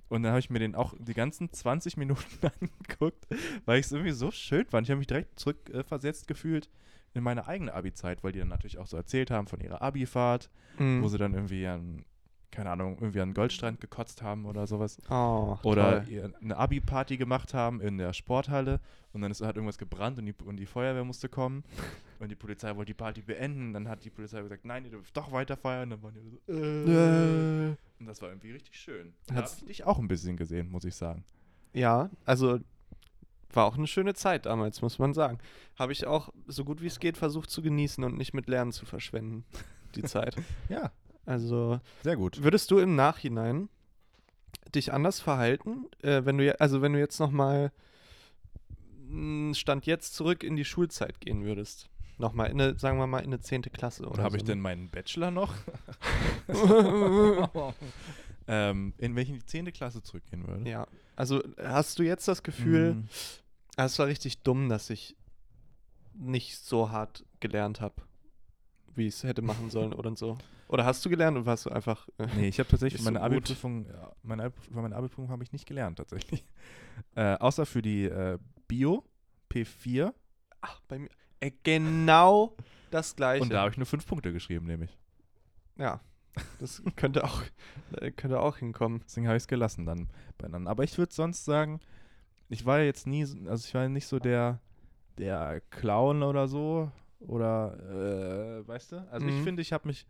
Speaker 4: Und dann habe ich mir den auch die ganzen 20 Minuten angeguckt, weil ich es irgendwie so schön fand. Ich habe mich direkt zurückversetzt äh, versetzt gefühlt in meine eigene Abi-Zeit, weil die dann natürlich auch so erzählt haben von ihrer Abi-Fahrt,
Speaker 3: Mhm.
Speaker 4: wo sie dann irgendwie an, keine Ahnung, irgendwie an den Goldstrand gekotzt haben oder sowas.
Speaker 3: Oh,
Speaker 4: Oder
Speaker 3: toll.
Speaker 4: ihr eine Abi-Party gemacht haben in der Sporthalle und dann ist, hat irgendwas gebrannt und die, und die Feuerwehr musste kommen und die Polizei wollte die Party beenden. Dann hat die Polizei gesagt, nein, ihr dürft doch weiter feiern. Dann waren die so, äh.
Speaker 3: Äh.
Speaker 4: Und das war irgendwie richtig schön. Da
Speaker 3: Hat's-
Speaker 4: hab ich dich auch ein bisschen gesehen, muss ich sagen.
Speaker 3: Ja, also war auch eine schöne Zeit damals, muss man sagen. Habe ich auch so gut wie es geht versucht zu genießen und nicht mit Lernen zu verschwenden, die Zeit.
Speaker 4: Ja,
Speaker 3: Also
Speaker 4: sehr gut.
Speaker 3: würdest du im Nachhinein dich anders verhalten, äh, wenn du je- also wenn du jetzt noch mal mh, stand jetzt zurück in die Schulzeit gehen würdest? Nochmal in eine, sagen wir mal, in eine zehnte Klasse oder
Speaker 4: Habe
Speaker 3: so.
Speaker 4: ich denn meinen Bachelor noch?
Speaker 3: denn?
Speaker 4: ähm, in welchen die 10. Klasse zurückgehen würde?
Speaker 3: ja. Also hast du jetzt das Gefühl,
Speaker 4: Mm,
Speaker 3: Ah, Es war richtig dumm, dass ich nicht so hart gelernt habe, wie ich es hätte machen sollen oder so. Oder hast du gelernt und warst du einfach. Äh,
Speaker 4: Nee, ich habe tatsächlich
Speaker 3: Ist
Speaker 4: meine
Speaker 3: so gut.
Speaker 4: Abi-Prüfung, ja, meine, Abi- für meine Abi-Prüfung habe ich nicht gelernt tatsächlich. Äh, außer für die äh, Bio P4
Speaker 3: Ach, bei mir. Äh, genau das gleiche.
Speaker 4: Und da habe ich nur fünf Punkte geschrieben, nämlich.
Speaker 3: ja. Das könnte auch, äh, könnte auch hinkommen.
Speaker 4: Deswegen habe ich es gelassen dann beieinander. Aber ich würde sonst sagen, ich war ja jetzt nie, so- also ich war ja nicht so der, der Clown oder so. Oder, äh, weißt du? Also ich
Speaker 3: Mhm.
Speaker 4: finde, ich habe mich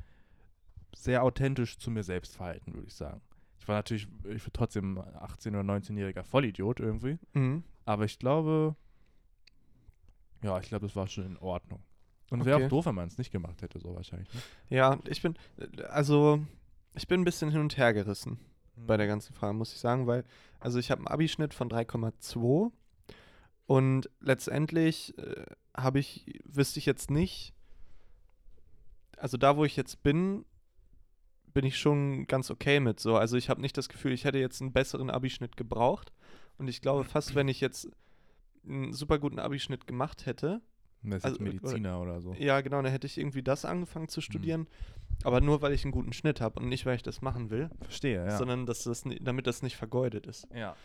Speaker 4: sehr authentisch zu mir selbst verhalten, würde ich sagen. Ich war natürlich, ich war trotzdem 18- oder 19-jähriger Vollidiot irgendwie.
Speaker 3: Mhm.
Speaker 4: Aber ich glaube, ja, ich glaube, das war schon in Ordnung. Und wäre
Speaker 3: Okay.
Speaker 4: auch doof, wenn man es nicht gemacht hätte, so wahrscheinlich. Ne?
Speaker 3: Ja, ich bin. äh, Also, ich bin ein bisschen hin und her gerissen bei der ganzen Frage, muss ich sagen, weil, also ich habe einen Abischnitt von 3,2 und letztendlich äh, habe ich, wüsste ich jetzt nicht, also da, wo ich jetzt bin, bin ich schon ganz okay mit so. Also ich habe nicht das Gefühl, ich hätte jetzt einen besseren Abischnitt gebraucht und ich glaube fast, wenn ich jetzt einen super guten Abischnitt gemacht hätte,
Speaker 4: Das ist
Speaker 3: also,
Speaker 4: jetzt Mediziner oder so.
Speaker 3: ja genau, dann hätte ich irgendwie das angefangen
Speaker 4: Mhm.
Speaker 3: zu studieren, aber nur, weil ich einen guten Schnitt habe und nicht, weil ich das machen will,
Speaker 4: Verstehe, ja.
Speaker 3: sondern dass das, ni- damit das nicht vergeudet ist.
Speaker 4: ja.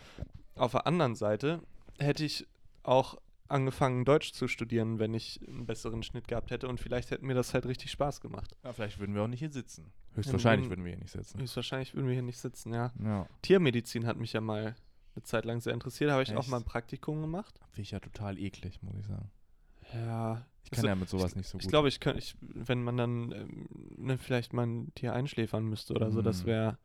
Speaker 3: Auf der anderen Seite hätte ich auch angefangen, Deutsch zu studieren, wenn ich einen besseren Schnitt gehabt hätte und vielleicht hätte mir das halt richtig Spaß gemacht.
Speaker 4: Ja, vielleicht würden wir auch nicht hier sitzen.
Speaker 3: Höchstwahrscheinlich
Speaker 4: Höchstwahrscheinlich würden wir hier nicht sitzen.
Speaker 3: Höchstwahrscheinlich würden wir hier nicht sitzen, ja.
Speaker 4: Ja.
Speaker 3: Tiermedizin hat mich ja mal eine Zeit lang sehr interessiert. Da habe ich auch
Speaker 4: Echt?
Speaker 3: mal ein Praktikum gemacht.
Speaker 4: Finde ich ja total eklig, muss ich sagen.
Speaker 3: Ja.
Speaker 4: Ich kann
Speaker 3: Also,
Speaker 4: ja mit sowas nicht so gut.
Speaker 3: Ich glaube, ich könnte, ich, wenn man dann ähm, ne, vielleicht mal ein Tier einschläfern müsste oder so, das
Speaker 4: Mm.
Speaker 3: wäre.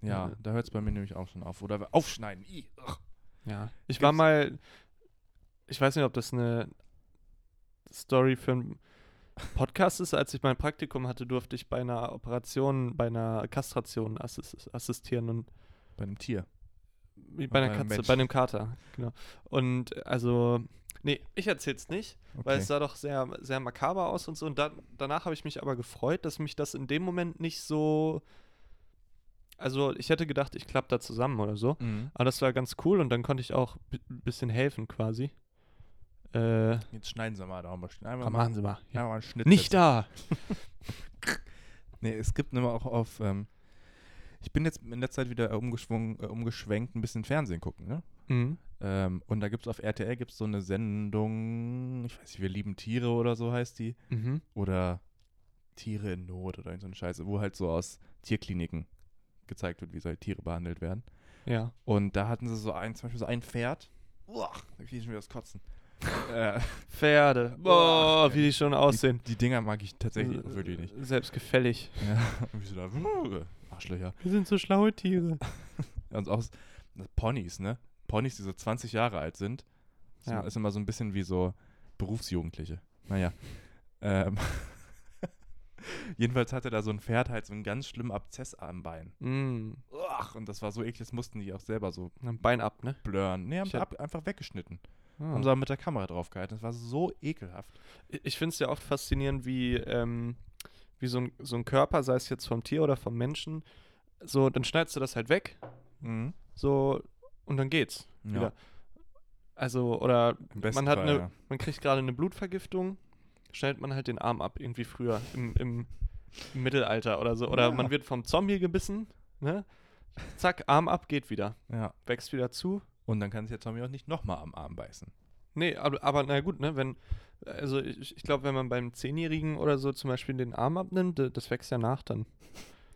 Speaker 4: ja, da hört es bei mir nämlich auch schon auf. Oder aufschneiden. I, ugh.
Speaker 3: Ja. Ich war
Speaker 4: Gibt's-
Speaker 3: mal, ich weiß nicht, ob das eine Story für einen Podcast ist. Als ich mein Praktikum hatte, durfte ich bei einer Operation, bei einer Kastration assis- assistieren und
Speaker 4: Bei einem Tier.
Speaker 3: wie bei einer
Speaker 4: bei einem
Speaker 3: Katze,
Speaker 4: Menschen.
Speaker 3: bei einem Kater. Genau. Und also, nee, ich erzähl's nicht, weil es sah doch sehr, sehr makaber aus und so. Und dann, danach habe ich mich aber gefreut, dass mich das in dem Moment nicht so. Also, ich hätte gedacht, ich klappe da zusammen oder so.
Speaker 4: Mhm.
Speaker 3: Aber Ah, das war ganz cool und dann konnte ich auch bi- ein bisschen helfen quasi. Äh,
Speaker 4: Jetzt schneiden sie mal da mal. Schneiden wir
Speaker 3: komm,
Speaker 4: mal.
Speaker 3: machen Sie mal.
Speaker 4: Ja, mal einen Schnitt
Speaker 3: Nicht
Speaker 4: setzen.
Speaker 3: da!
Speaker 4: Nee, es gibt nämlich auch auf. Ähm, ich bin jetzt in letzter Zeit wieder umgeschwungen, äh, umgeschwenkt, ein bisschen Fernsehen gucken, ne?
Speaker 3: Mhm.
Speaker 4: Ähm, und da gibt es auf RTL gibt's so eine Sendung, ich weiß nicht, wir lieben Tiere oder so heißt die.
Speaker 3: Mhm.
Speaker 4: Oder Tiere in Not oder irgend so eine Scheiße, wo halt so aus Tierkliniken gezeigt wird, wie solche Tiere behandelt werden.
Speaker 3: Ja.
Speaker 4: Und da hatten sie so ein, zum Beispiel so ein Pferd. Uah, da kriege ich schon wieder das Kotzen. äh,
Speaker 3: Pferde. Boah, wie die schon aussehen. Äh,
Speaker 4: die Dinger mag ich tatsächlich auch wirklich nicht.
Speaker 3: Selbstgefällig. äh.
Speaker 4: Ja, wie so da, äh, Arschlöcher.
Speaker 3: Wir sind so schlaue Tiere.
Speaker 4: Und auch s- Ponys, ne? Ponys, die so 20 Jahre alt sind. Ist,
Speaker 3: Ja.
Speaker 4: immer, ist immer so ein bisschen wie so Berufsjugendliche. Naja. Ähm. Jedenfalls hatte da so ein Pferd halt so einen ganz schlimmen Abzess am Bein.
Speaker 3: Mhm.
Speaker 4: Uah, und das war so eklig, das mussten die auch selber so
Speaker 3: Ein Bein ab, ne?
Speaker 4: blurren. Nee, haben
Speaker 3: Ich
Speaker 4: sie
Speaker 3: hab-
Speaker 4: ab, einfach weggeschnitten.
Speaker 3: Ah.
Speaker 4: Haben sie aber mit der Kamera drauf gehalten. Das war so ekelhaft.
Speaker 3: Ich finde es ja oft faszinierend, wie, ähm, wie so, ein, so ein Körper, sei es jetzt vom Tier oder vom Menschen, so, dann schneidest du das halt weg,
Speaker 4: Mhm.
Speaker 3: so, und dann geht's
Speaker 4: Ja.
Speaker 3: wieder. Also, oder
Speaker 4: Im besten
Speaker 3: man hat
Speaker 4: Fall,
Speaker 3: eine,
Speaker 4: ja.
Speaker 3: man kriegt gerade eine Blutvergiftung, schneidet man halt den Arm ab, irgendwie früher, im, im, im Mittelalter oder so. Oder
Speaker 4: Ja.
Speaker 3: man wird vom Zombie gebissen, ne? Zack, Arm ab, geht wieder.
Speaker 4: ja.
Speaker 3: Wächst wieder zu.
Speaker 4: Und dann kann sich der Zombie auch nicht nochmal am Arm beißen.
Speaker 3: Nee, aber, aber na gut, ne, wenn, also ich, ich glaube, wenn man beim Zehnjährigen oder so zum Beispiel den Arm abnimmt, d- das wächst ja nach dann.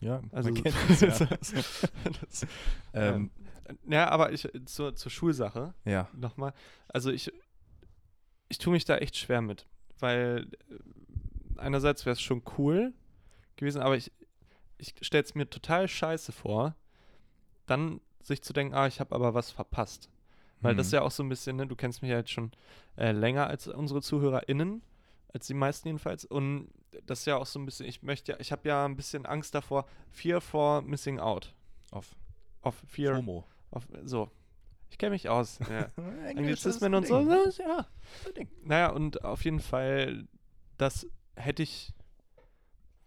Speaker 4: Ja,
Speaker 3: Also,
Speaker 4: man kennt das, ja.
Speaker 3: das-
Speaker 4: ähm,
Speaker 3: ja, aber ich, zur, zur Schulsache
Speaker 4: ja.
Speaker 3: nochmal, also ich, ich tue mich da echt schwer mit, weil äh, einerseits wäre es schon cool gewesen, aber ich, ich stelle es mir total scheiße vor, dann sich zu denken, ah, ich habe aber was verpasst. Weil das
Speaker 4: Mhm.
Speaker 3: ist ja auch so ein bisschen, ne, du kennst mich ja jetzt schon äh, länger als unsere ZuhörerInnen, als die meisten jedenfalls. Und das ist ja auch so ein bisschen, ich möchte ja, ich habe ja ein bisschen Angst davor, Fear for Missing Out.
Speaker 4: auf
Speaker 3: Auf Fear,
Speaker 4: Promo.
Speaker 3: auf, so. Ich kenne mich aus. Ja.
Speaker 4: Anglizismen
Speaker 3: Anglizismen und
Speaker 4: ne?
Speaker 3: so, das, ja.
Speaker 4: Ding.
Speaker 3: Naja, und auf jeden Fall, das hätte ich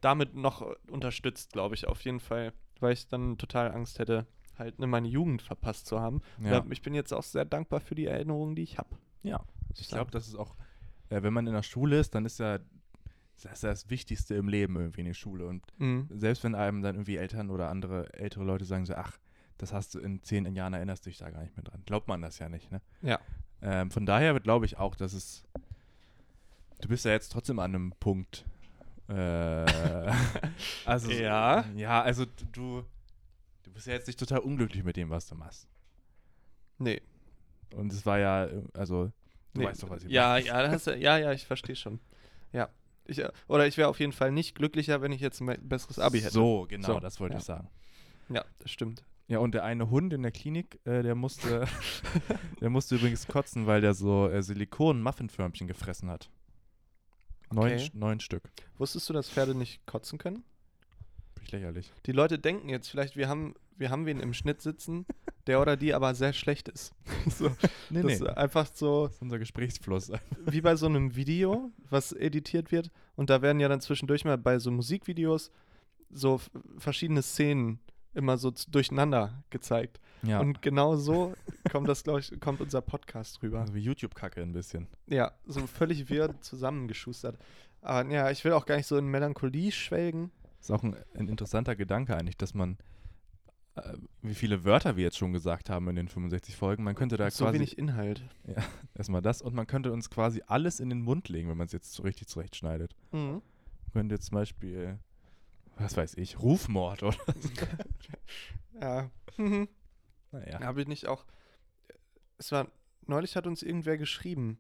Speaker 3: damit noch unterstützt, glaube ich, auf jeden Fall, weil ich dann total Angst hätte, halt ne, meine Jugend verpasst zu haben.
Speaker 4: Ja,
Speaker 3: Ich bin jetzt auch sehr dankbar für die Erinnerungen, die ich habe.
Speaker 4: ja. ich glaube, das ist auch, äh, wenn man in der Schule ist, dann ist ja das, ist ja das Wichtigste im Leben irgendwie in der Schule. Und
Speaker 3: Mhm.
Speaker 4: selbst wenn einem dann irgendwie Eltern oder andere ältere Leute sagen so, ach, das hast du in zehn Jahren erinnerst du dich da gar nicht mehr dran. Glaubt man das ja nicht, ne?
Speaker 3: Ja.
Speaker 4: Ähm, von daher glaube ich auch, dass es, du bist ja jetzt trotzdem an einem Punkt. Äh, also, so-
Speaker 3: Ja.
Speaker 4: Ja, also du- du, du bist ja jetzt nicht total unglücklich mit dem, was du machst.
Speaker 3: Nee.
Speaker 4: Und es war ja, äh, also, du
Speaker 3: nee.
Speaker 4: weißt doch, was ich
Speaker 3: ja,
Speaker 4: meine.
Speaker 3: ja, das, ja, ja, ich verstehe schon. Ja. Ich, äh, oder ich wäre auf jeden Fall nicht glücklicher, wenn ich jetzt ein be- besseres Abi hätte.
Speaker 4: So, genau,
Speaker 3: So,
Speaker 4: das wollte
Speaker 3: ja.
Speaker 4: ich sagen.
Speaker 3: Ja, das stimmt.
Speaker 4: Ja, und der eine Hund in der Klinik, äh, der musste, der musste übrigens kotzen, weil der so äh, Silikon-Muffinförmchen gefressen hat. Neun,
Speaker 3: Okay.
Speaker 4: Sch- neun Stück.
Speaker 3: Wusstest du, dass Pferde nicht kotzen können?
Speaker 4: Bin ich lächerlich.
Speaker 3: Die Leute denken jetzt vielleicht, wir haben, wir haben wen im Schnitt sitzen, der oder die aber sehr schlecht ist. so,
Speaker 4: Nee,
Speaker 3: das
Speaker 4: nee.
Speaker 3: ist einfach so
Speaker 4: Das ist äh, unser Gesprächsfluss.
Speaker 3: wie bei so einem Video, was editiert wird. Und da werden ja dann zwischendurch mal bei so Musikvideos so f- verschiedene Szenen immer so z- durcheinander gezeigt.
Speaker 4: Ja.
Speaker 3: Und genau so kommt das, glaube ich, kommt unser Podcast rüber.
Speaker 4: also wie YouTube-Kacke ein bisschen.
Speaker 3: Ja, so völlig wirr zusammengeschustert. Aber ja, ich will auch gar nicht so in Melancholie schwelgen.
Speaker 4: Ist auch ein, ein interessanter Gedanke eigentlich, dass man, äh, wie viele Wörter wir jetzt schon gesagt haben in den 65 Folgen, man könnte da
Speaker 3: so
Speaker 4: quasi
Speaker 3: wenig Inhalt.
Speaker 4: erstmal das und man könnte uns quasi alles in den Mund legen, wenn man es jetzt so richtig zurechtschneidet.
Speaker 3: Mhm.
Speaker 4: Man könnte jetzt zum Beispiel, was weiß ich, Rufmord oder
Speaker 3: Ja.
Speaker 4: Naja.
Speaker 3: Habe ich nicht auch. äh, Es war. Neulich hat uns irgendwer geschrieben.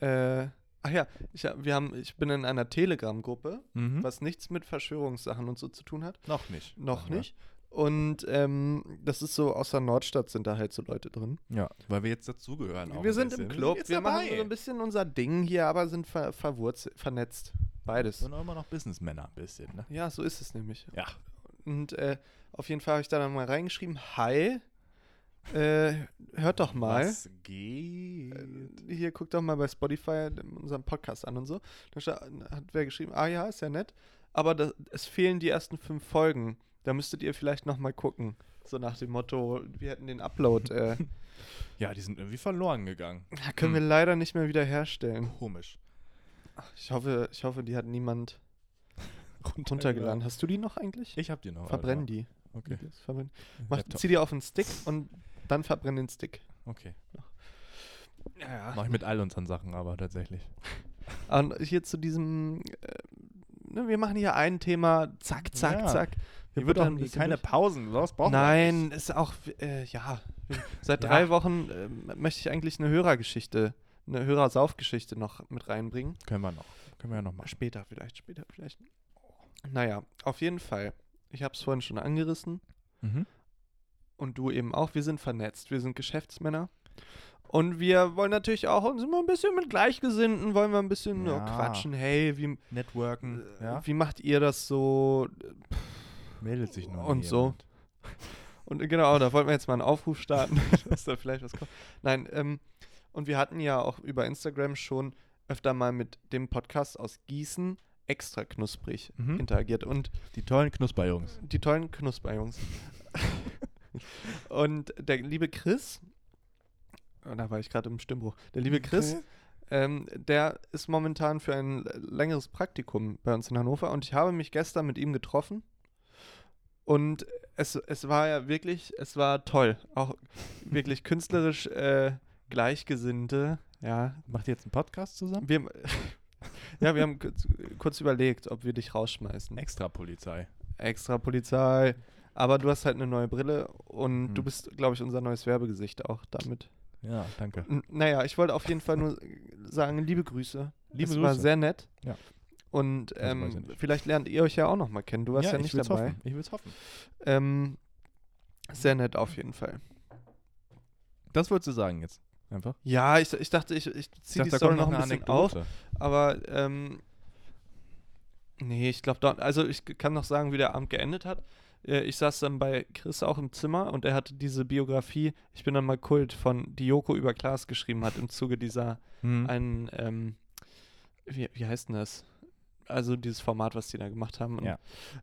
Speaker 3: Äh, ach ja, ich, hab- wir haben, ich bin in einer Telegram-Gruppe,
Speaker 4: Mhm.
Speaker 3: was nichts mit Verschwörungssachen und so zu tun hat.
Speaker 4: Noch nicht.
Speaker 3: Noch
Speaker 4: sagen wir.
Speaker 3: nicht. Und ähm, das ist so, aus der Nordstadt sind da halt so Leute drin.
Speaker 4: Ja, weil wir jetzt dazugehören. auch
Speaker 3: wir
Speaker 4: ein
Speaker 3: sind
Speaker 4: bisschen.
Speaker 3: im Club,
Speaker 4: jetzt
Speaker 3: wir machen
Speaker 4: dabei.
Speaker 3: so ein bisschen unser Ding hier, aber sind ver verwurzelt, vernetzt. Beides.
Speaker 4: Sind auch immer noch Businessmänner ein bisschen, ne?
Speaker 3: Ja, so ist es nämlich.
Speaker 4: Ja.
Speaker 3: Und äh, auf jeden Fall habe ich da dann mal reingeschrieben, hi, äh, hört doch mal.
Speaker 4: Was geht?
Speaker 3: Äh, Hier, guck doch mal bei Spotify ähm, unseren Podcast an und so. Da sta- hat wer geschrieben, ah ja, ist ja nett, aber das, es fehlen die ersten fünf Folgen. Da müsstet ihr vielleicht noch mal gucken. So nach dem Motto, wir hätten den Upload. Äh,
Speaker 4: ja, die sind irgendwie verloren gegangen.
Speaker 3: da können
Speaker 4: Hm.
Speaker 3: wir leider nicht mehr wiederherstellen.
Speaker 4: Komisch.
Speaker 3: Ich hoffe, ich hoffe, die hat niemand runtergeladen. Hast du die noch eigentlich?
Speaker 4: Äh, Ich hab die noch. also.
Speaker 3: Verbrenn die.
Speaker 4: Okay.
Speaker 3: Die ist verbrennt. Mach,
Speaker 4: Laptop.
Speaker 3: zieh dir auf den Stick und dann verbrenn den Stick.
Speaker 4: Okay.
Speaker 3: Ja,
Speaker 4: Mach ich mit all unseren Sachen aber tatsächlich.
Speaker 3: Und hier zu diesem, äh, ne, wir machen hier ein Thema, zack, zack,
Speaker 4: Ja.
Speaker 3: zack.
Speaker 4: Hier wird
Speaker 3: buttern
Speaker 4: auch
Speaker 3: ein bisschen
Speaker 4: keine
Speaker 3: durch.
Speaker 4: Pausen, sowas brauchen
Speaker 3: Nein, ist auch, äh, ja. Seit
Speaker 4: Ja.
Speaker 3: drei Wochen ähm, möchte ich eigentlich eine Hörergeschichte, eine Hörersaufgeschichte noch mit reinbringen.
Speaker 4: Können wir noch. Können wir ja noch machen.
Speaker 3: Später vielleicht, später vielleicht. Naja, auf jeden Fall. Ich habe es vorhin schon angerissen
Speaker 4: Mhm.
Speaker 3: und du eben auch. Wir sind vernetzt, wir sind Geschäftsmänner. Und wir wollen natürlich auch uns immer ein bisschen mit Gleichgesinnten, wollen wir ein bisschen
Speaker 4: Ja.
Speaker 3: äh, quatschen. Hey, wie, äh,
Speaker 4: Networken. Ja.
Speaker 3: Wie macht ihr das so?
Speaker 4: Meldet sich noch.
Speaker 3: Und so.
Speaker 4: jemand.
Speaker 3: Und genau, da wollten wir jetzt mal einen Aufruf starten, dass da vielleicht was kommt. Nein, ähm, und wir hatten ja auch über Instagram schon öfter mal mit dem Podcast aus Gießen extra knusprig
Speaker 4: Mhm.
Speaker 3: interagiert. Und
Speaker 4: Die tollen Knusperjungs.
Speaker 3: die tollen Knusperjungs. und der liebe Chris, oh, da war ich gerade im Stimmbruch, der liebe Chris, ähm, der ist momentan für ein längeres Praktikum bei uns in Hannover und ich habe mich gestern mit ihm getroffen und es, es war ja wirklich, es war toll, auch wirklich künstlerisch äh, Gleichgesinnte, ja.
Speaker 4: Macht ihr jetzt einen Podcast zusammen?
Speaker 3: Wir, ja, wir haben kurz, kurz überlegt, ob wir dich rausschmeißen.
Speaker 4: Extra Polizei.
Speaker 3: Extra Polizei. Aber du hast halt eine neue Brille und du
Speaker 4: Hm.
Speaker 3: bist, glaube ich, unser neues Werbegesicht auch damit.
Speaker 4: Ja, danke.
Speaker 3: N naja, ich wollte auf jeden Fall nur sagen, liebe Grüße.
Speaker 4: Liebe
Speaker 3: es war
Speaker 4: Grüße.
Speaker 3: sehr nett.
Speaker 4: Ja. Also
Speaker 3: Und
Speaker 4: Das
Speaker 3: ähm,
Speaker 4: weiß ich nicht.
Speaker 3: vielleicht lernt ihr euch ja auch noch mal kennen. Du warst ja,
Speaker 4: ich
Speaker 3: nicht
Speaker 4: will's
Speaker 3: dabei.
Speaker 4: Hoffen. Ich will's hoffen.
Speaker 3: Ähm, sehr nett auf jeden Fall.
Speaker 4: Das wolltest du sagen jetzt. Einfach.
Speaker 3: Ja, ich, ich dachte, ich, ich
Speaker 4: Ich
Speaker 3: ziehe die
Speaker 4: dachte,
Speaker 3: Story noch ein
Speaker 4: eine
Speaker 3: bisschen auf.
Speaker 4: Anekdote.
Speaker 3: Aber ähm, nee, ich glaube, also ich kann noch sagen, wie der Abend geendet hat. Äh, Ich saß dann bei Chris auch im Zimmer und er hatte diese Biografie, ich bin dann mal Kult, von die Joko über Klaas geschrieben hat im Zuge dieser
Speaker 4: Hm.
Speaker 3: einen, ähm, wie, wie heißt denn das? Also dieses Format, was die da gemacht haben. Und,
Speaker 4: Ja.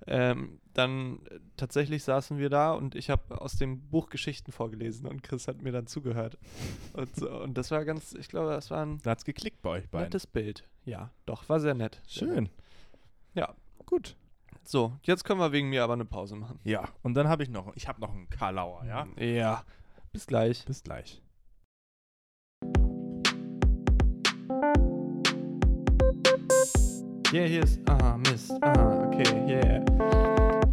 Speaker 3: ähm, dann äh, tatsächlich saßen wir da und ich habe aus dem Buch Geschichten vorgelesen und Chris hat mir dann zugehört. Und, so, und das war ganz, ich glaube, das war ein
Speaker 4: Da hat's geklickt bei euch beiden.
Speaker 3: Nettes Bild. Ja, doch, war sehr nett. Sehr nett.
Speaker 4: Schön.
Speaker 3: Ja.
Speaker 4: Gut.
Speaker 3: So, jetzt können wir wegen mir aber eine Pause machen.
Speaker 4: Ja, und dann habe ich noch, ich habe noch einen Karlauer, ja?
Speaker 3: Ja. Bis gleich.
Speaker 4: Bis gleich.
Speaker 3: Yeah, hier ist. Ah, Mist. Ah, okay, yeah.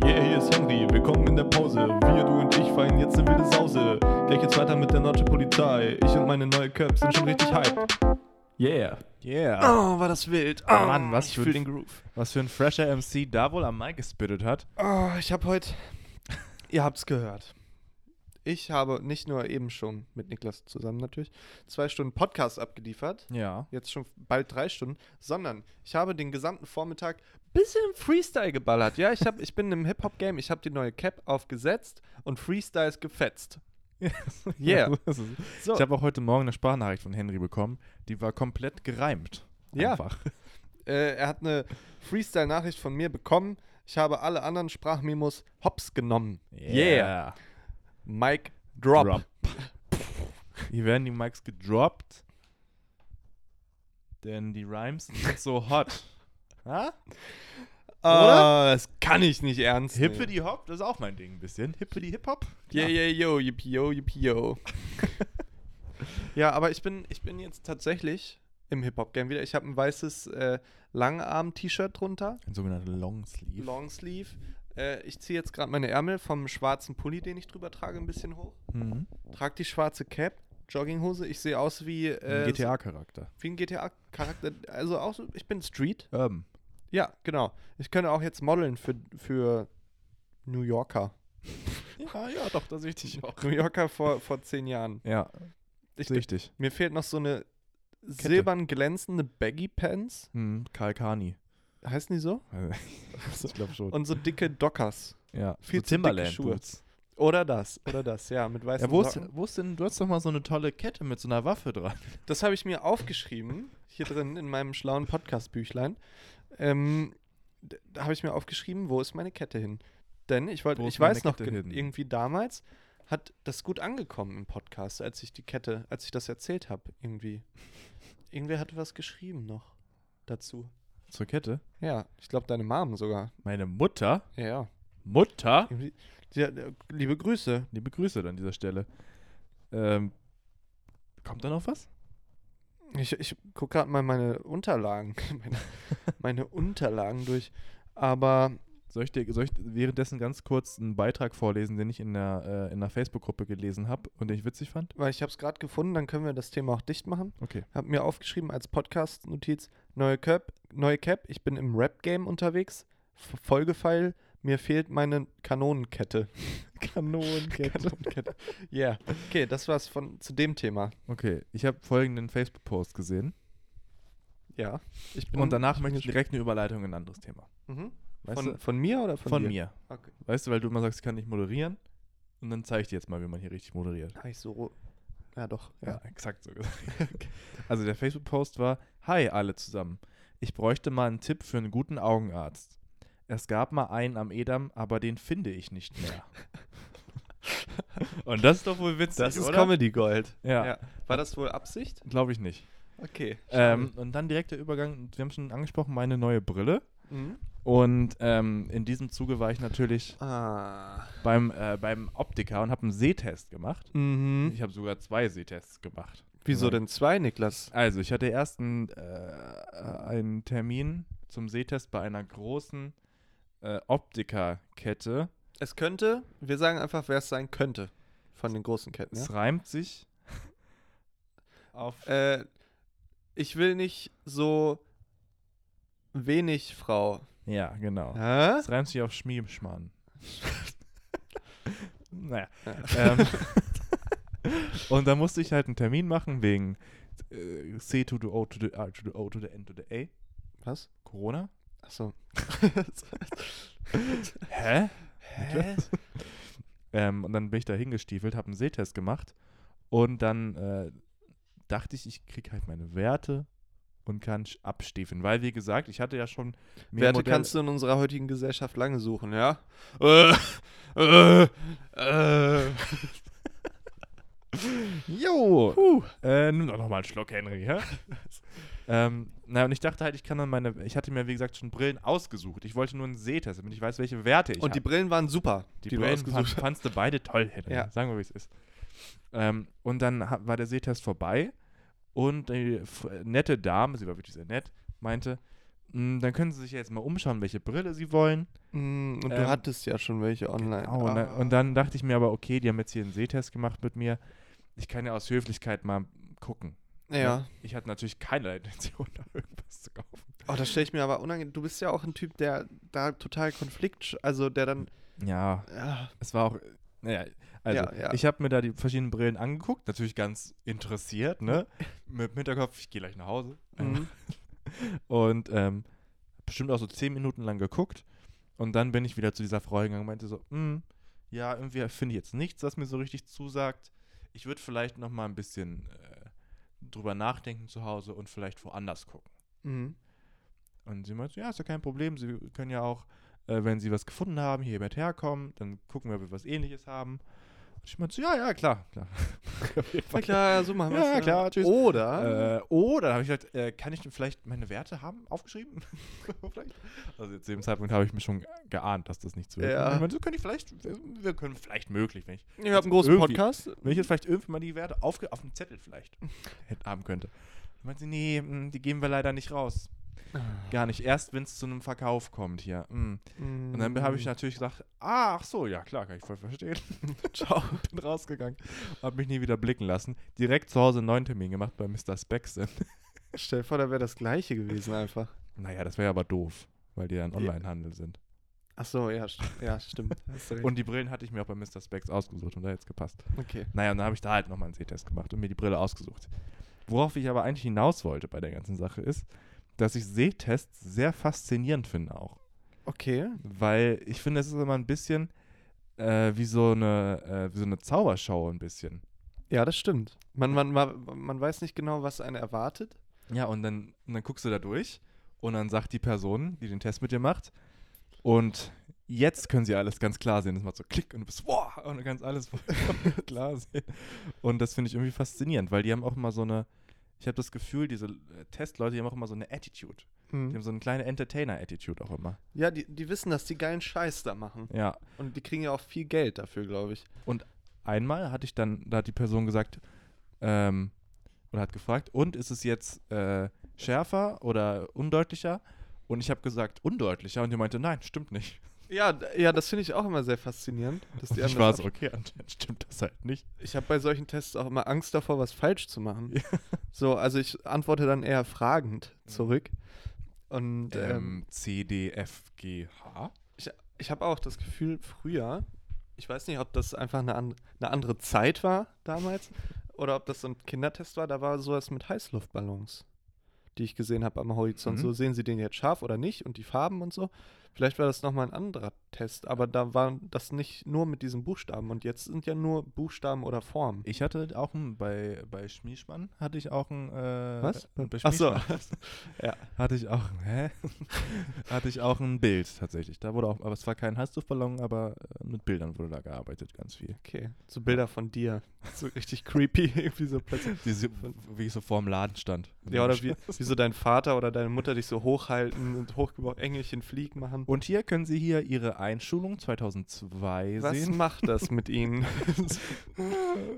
Speaker 2: Yeah, hier ist Henry, willkommen in der Pause. Wir, du und ich feiern jetzt eine wilde Sause. Gleich geht's weiter mit der Nordsche Polizei. Ich und meine neue Köpfe sind schon richtig hype. Yeah.
Speaker 4: Yeah.
Speaker 3: Oh, war das wild. Oh,
Speaker 4: Ah, Mann, was
Speaker 3: Ich
Speaker 4: für
Speaker 3: fühle
Speaker 4: ein-
Speaker 3: den Groove.
Speaker 4: Was für ein fresher MC da wohl am Mic gespittet hat.
Speaker 3: Oh, ich habe heute. Ihr habt's gehört. Ich habe nicht nur eben schon mit Niklas zusammen natürlich zwei Stunden Podcast abgeliefert.
Speaker 4: Ja.
Speaker 3: jetzt schon bald drei Stunden, sondern ich habe den gesamten Vormittag bisschen Freestyle geballert. Ja, ich, hab, ich bin im Hip-Hop-Game, ich habe die neue Cap aufgesetzt und Freestyles gefetzt. Yeah.
Speaker 4: Das ist-
Speaker 3: So,
Speaker 4: Ich habe auch heute Morgen eine Sprachnachricht von Henry bekommen. Die war komplett gereimt.
Speaker 3: Ja.
Speaker 4: Einfach.
Speaker 3: äh, er hat eine Freestyle-Nachricht von mir bekommen. Ich habe alle anderen Sprachmemos hops genommen.
Speaker 4: Yeah.
Speaker 3: Mike Drop.
Speaker 4: Drop. Hier werden die Mics gedroppt. Denn die Rhymes sind so hot. Ha?
Speaker 3: Ah, das kann ich nicht ernst nehmen.
Speaker 4: Hippity Hop, das ist auch mein Ding ein bisschen. Hippity Hip Hop.
Speaker 3: Yeah, yeah, yo, yippie, yo, yippie, yo. ja, aber ich bin, ich bin jetzt tatsächlich im Hip-Hop-Game wieder. Ich habe ein weißes äh, Langarm-T-Shirt drunter.
Speaker 4: Ein sogenannter Longsleeve.
Speaker 3: Longsleeve. Äh, ich ziehe jetzt gerade meine Ärmel vom schwarzen Pulli, den ich drüber trage, ein bisschen hoch.
Speaker 4: Mhm.
Speaker 3: Trag die schwarze Cap, Jogginghose. Ich sehe aus wie, äh,
Speaker 4: GTA-Charakter.
Speaker 3: wie ein GTA-Charakter. Also auch so, ich bin Street.
Speaker 4: Urban.
Speaker 3: Ja, genau. Ich könnte auch jetzt modeln für, für New Yorker.
Speaker 4: Ja, ja, doch, da sehe ich dich auch.
Speaker 3: New Yorker vor, vor zehn Jahren.
Speaker 4: Ja,
Speaker 3: Ich,
Speaker 4: sehe ich dich.
Speaker 3: mir fehlt noch so eine silbern glänzende Baggy Pants.
Speaker 4: Hm, Karl Kani.
Speaker 3: Heißen die so?
Speaker 4: ich glaube schon.
Speaker 3: Und so dicke Dockers.
Speaker 4: ja.
Speaker 3: viel zu dicke Schuhe.
Speaker 4: Viel Timberland-Boots.
Speaker 3: Oder das, oder das, ja, mit weißen
Speaker 4: Ja, wo ist,
Speaker 3: Socken.
Speaker 4: wo ist denn, du hast doch mal so eine tolle Kette mit so einer Waffe dran.
Speaker 3: Das habe ich mir aufgeschrieben, hier drin in meinem schlauen Podcast-Büchlein. Ähm, d- da habe ich mir aufgeschrieben, wo ist meine Kette hin? Denn ich wollte,
Speaker 4: Wo
Speaker 3: ich
Speaker 4: ist meine
Speaker 3: weiß noch,
Speaker 4: Kette
Speaker 3: gen-
Speaker 4: hin?
Speaker 3: irgendwie damals hat das gut angekommen im Podcast, als ich die Kette, als ich das erzählt habe, irgendwie. Irgendwer hatte was geschrieben noch dazu.
Speaker 4: Zur Kette?
Speaker 3: Ja, ich glaube, deine Mom sogar.
Speaker 4: Meine Mutter?
Speaker 3: Ja, ja.
Speaker 4: Mutter?
Speaker 3: Irgendwie- Die, hat, äh, liebe Grüße.
Speaker 4: Liebe Grüße an dieser Stelle. Ähm, kommt da noch was?
Speaker 3: Ich, ich gucke gerade mal meine Unterlagen, meine, meine Unterlagen durch. Aber
Speaker 4: Soll ich, dir, soll ich währenddessen ganz kurz einen Beitrag vorlesen, den ich in der, äh, in der Facebook-Gruppe gelesen habe und den ich witzig fand?
Speaker 3: weil ich habe es gerade gefunden, dann können wir das Thema auch dicht machen.
Speaker 4: Okay.
Speaker 3: Hab mir aufgeschrieben als Podcast-Notiz, neue Cap, neue Cap, ich bin im Rap-Game unterwegs, F- Folgefeil, mir fehlt meine Kanonenkette.
Speaker 4: Kanonenkette.
Speaker 3: Kanonenkette. Ja, yeah. okay, das war's von, zu dem Thema.
Speaker 4: Okay, ich habe folgenden Facebook-Post gesehen.
Speaker 3: Ja, ich bin...
Speaker 4: Und danach möchte ich direkt eine Überleitung in ein anderes Thema.
Speaker 3: Mhm.
Speaker 4: Weißt
Speaker 3: Von,
Speaker 4: du?
Speaker 3: von mir oder von,
Speaker 4: Von
Speaker 3: dir?
Speaker 4: mir.
Speaker 3: Okay.
Speaker 4: Weißt du, weil du immer sagst, ich kann nicht moderieren. Und dann zeige ich dir jetzt mal, wie man hier richtig moderiert.
Speaker 3: Hab ich so... Ja, doch.
Speaker 4: Ja,
Speaker 3: Ja.
Speaker 4: exakt so gesagt. Also der Facebook-Post war, Hi alle zusammen. Ich bräuchte mal einen Tipp für einen guten Augenarzt. Es gab mal einen am Edam, aber den finde ich nicht mehr. Und das ist doch wohl witzig, oder?
Speaker 3: Gold.
Speaker 4: Ja,
Speaker 3: Ja. War das wohl Absicht?
Speaker 4: glaube ich nicht.
Speaker 3: Okay.
Speaker 4: Ähm, und dann direkt der Übergang, wir haben schon angesprochen, meine neue Brille.
Speaker 3: Mhm.
Speaker 4: Und ähm, in diesem Zuge war ich natürlich
Speaker 3: Ah.
Speaker 4: beim, äh, beim Optiker und habe einen Sehtest gemacht.
Speaker 3: Mhm.
Speaker 4: Ich habe sogar zwei Sehtests gemacht.
Speaker 3: Wieso denn zwei, Niklas?
Speaker 4: Also, ich hatte erst einen, äh, einen Termin zum Sehtest bei einer großen äh, Optikerkette.
Speaker 3: Es könnte, wir sagen einfach, wer es sein könnte von den großen Ketten.
Speaker 4: Es reimt sich auf.
Speaker 3: Ja? Äh, ich will nicht so wenig Frau.
Speaker 4: ja, genau.
Speaker 3: Hä?
Speaker 4: Es reimt sich auf Schmiemschmann. naja.
Speaker 3: Ja.
Speaker 4: Ähm, und da musste ich halt einen Termin machen wegen äh, C to the O to the R to the O to the N to the A.
Speaker 3: Was?
Speaker 4: Corona?
Speaker 3: Achso.
Speaker 4: Hä?
Speaker 3: Hä?
Speaker 4: Ähm, und dann bin ich da hingestiefelt, habe einen Sehtest gemacht und dann äh, dachte ich, ich kriege halt meine Werte und kann sch- abstiefeln, weil wie gesagt, ich hatte ja schon mir
Speaker 3: Werte
Speaker 4: Modell-
Speaker 3: kannst du in unserer heutigen Gesellschaft lange suchen, ja? Äh, äh, äh.
Speaker 4: Jo! Äh, nimm doch nochmal einen Schluck, Henry, hä? ähm, na, und ich dachte halt, ich kann dann meine, ich hatte mir wie gesagt schon Brillen ausgesucht. Ich wollte nur einen Sehtest, damit ich weiß, welche Werte ich
Speaker 3: Und die
Speaker 4: hab.
Speaker 3: Brillen waren super,
Speaker 4: Die,
Speaker 3: die, du
Speaker 4: Brillen
Speaker 3: ausgesucht
Speaker 4: fand,
Speaker 3: hast.
Speaker 4: fandst du beide toll, Henry.
Speaker 3: Ja.
Speaker 4: Sagen wir, wie es ist. Ähm, und dann ha- war der Sehtest vorbei und die f- nette Dame, sie war wirklich sehr nett, meinte, "Mm, dann können Sie sich ja jetzt mal umschauen, welche Brille Sie wollen.
Speaker 3: Mm, Und du
Speaker 4: Ähm,
Speaker 3: hattest ja schon welche online.
Speaker 4: Au, und, dann, und dann dachte ich mir aber, okay, die haben jetzt hier einen Sehtest gemacht mit mir. Ich kann ja aus Höflichkeit mal gucken.
Speaker 3: ja.
Speaker 4: Ich hatte natürlich keinerlei Intention, da irgendwas zu kaufen.
Speaker 3: Oh, das stelle ich mir aber unangenehm. Du bist ja auch ein Typ, der da total Konflikt, sch- also der dann.
Speaker 4: Ja,
Speaker 3: ah,
Speaker 4: es war auch, naja, also
Speaker 3: Ja, ja.
Speaker 4: ich habe mir da die verschiedenen Brillen angeguckt, natürlich ganz interessiert, ne? Mit dem Hinterkopf, ich gehe gleich nach Hause.
Speaker 3: mhm.
Speaker 4: Und ähm, hab bestimmt auch so zehn Minuten lang geguckt. Und dann bin ich wieder zu dieser Frau gegangen und meinte so, "Hm, ja, irgendwie finde ich jetzt nichts, was mir so richtig zusagt. Ich würde vielleicht noch mal ein bisschen äh, drüber nachdenken zu Hause und vielleicht woanders gucken.
Speaker 3: Mhm.
Speaker 4: Und sie meinte, ja, ist ja kein Problem. Sie können ja auch, äh, wenn sie was gefunden haben, hier mit herkommen. Dann gucken wir, ob wir was ähnliches haben. Und ich meinte, so, ja, ja, klar, klar. Auf jeden
Speaker 3: Ja,
Speaker 4: Fall.
Speaker 3: klar, ja, so machen wir
Speaker 4: Ja, klar, tschüss.
Speaker 3: Oder.
Speaker 4: Äh, oder habe ich gesagt, äh, kann ich denn vielleicht meine Werte haben aufgeschrieben? Vielleicht. also jetzt zu dem Zeitpunkt habe ich mir schon geahnt, dass das nicht so
Speaker 3: Ja.
Speaker 4: Ich meinte, so, könnte ich vielleicht, wir, wir können vielleicht möglich, wenn ich,
Speaker 3: Ihr habt einen großen
Speaker 4: irgendwie-
Speaker 3: Podcast.
Speaker 4: wenn ich jetzt vielleicht irgendwie mal die Werte hm, aufge auf dem Zettel vielleicht hätte haben könnte. Dann meinte sie, nee, mm, die geben wir leider nicht raus. Gar nicht. Erst, wenn es zu einem Verkauf kommt hier. Mm.
Speaker 3: Mhm.
Speaker 4: Und dann habe ich natürlich gesagt, ah, ach so, ja klar, kann ich voll verstehen. Ciao, bin rausgegangen. Hab mich nie wieder blicken lassen. Direkt zu Hause einen neuen Termin gemacht bei Mr. Spex.
Speaker 3: Stell dir vor, da wäre das gleiche gewesen einfach.
Speaker 4: Naja, das wäre ja aber doof, weil die ja ein Onlinehandel sind.
Speaker 3: Ach so, ja, st ja stimmt. Hast du recht.
Speaker 4: Und die Brillen hatte ich mir auch bei Mr. Spex ausgesucht und da jetzt gepasst.
Speaker 3: okay.
Speaker 4: Naja, und dann habe ich da halt nochmal einen Sehtest gemacht und mir die Brille ausgesucht. Worauf ich aber eigentlich hinaus wollte bei der ganzen Sache ist, dass ich Sehtests sehr faszinierend finde auch.
Speaker 3: Okay.
Speaker 4: Weil ich finde, es ist immer ein bisschen äh, wie, so eine, äh, wie so eine Zaubershow ein bisschen.
Speaker 3: Ja, das stimmt. Man, man, man, man weiß nicht genau, was einen erwartet.
Speaker 4: Ja, und dann, und dann guckst du da durch und dann sagt die Person, die den Test mit dir macht, und jetzt können sie alles ganz klar sehen. Das macht so Klick und du bist, wow, und du kannst alles vollkommen klar sehen. Und das finde ich irgendwie faszinierend, weil die haben auch immer so eine, ich habe das Gefühl, diese äh, Testleute, die haben auch immer so eine Attitude. Die
Speaker 3: Mhm.
Speaker 4: haben so eine kleine Entertainer-Attitude auch immer.
Speaker 3: Ja, die, die wissen, dass die geilen Scheiß da machen.
Speaker 4: Ja.
Speaker 3: Und die kriegen ja auch viel Geld dafür, glaube ich.
Speaker 4: Einmal hatte ich dann, da hat die Person gesagt, ähm, oder hat gefragt, und ist es jetzt äh, schärfer oder undeutlicher? Und ich habe gesagt, undeutlicher. Und die meinte, nein, stimmt nicht.
Speaker 3: Ja, d- ja das finde ich auch immer sehr faszinierend. Dass die
Speaker 4: ich
Speaker 3: anderen
Speaker 4: war
Speaker 3: ab-
Speaker 4: so, okay, anscheinend stimmt das halt nicht.
Speaker 3: Ich habe bei solchen Tests auch immer Angst davor, was falsch zu machen. So, also ich antworte dann eher fragend zurück. Und ähm,
Speaker 4: Mhm. Ähm, C, D, F, G, H?
Speaker 3: ich, ich habe auch das Gefühl, früher, ich weiß nicht, ob das einfach eine, an, eine andere Zeit war damals oder ob das so ein Kindertest war, da war sowas mit Heißluftballons, die ich gesehen habe am Horizont.
Speaker 4: Mhm.
Speaker 3: So sehen sie den jetzt scharf oder nicht und die Farben und so. Vielleicht war das nochmal ein anderer Test, aber da war das nicht nur mit diesen Buchstaben und jetzt sind ja nur Buchstaben oder Formen.
Speaker 4: Ich hatte auch ein, bei, bei Schmiesmann hatte ich auch ein. Äh,
Speaker 3: Was?
Speaker 4: Bei
Speaker 3: Ach so.
Speaker 4: Schmiesmann
Speaker 3: Ja.
Speaker 4: hatte ich auch. Hä? hatte ich auch ein Bild tatsächlich. Da wurde auch, aber es war kein Heißluftballon, aber äh, mit Bildern wurde da gearbeitet, ganz viel.
Speaker 3: Okay, so Bilder von dir. So richtig creepy, irgendwie so plötzlich.
Speaker 4: Die, so- wie ich so vorm Laden stand.
Speaker 3: Ja, oder wie, wie so dein Vater oder deine Mutter dich so hochhalten und hochgebaut Engelchen Flieg machen.
Speaker 4: Und hier können Sie hier Ihre Einschulung 2002
Speaker 3: Was
Speaker 4: sehen.
Speaker 3: macht das mit ihnen?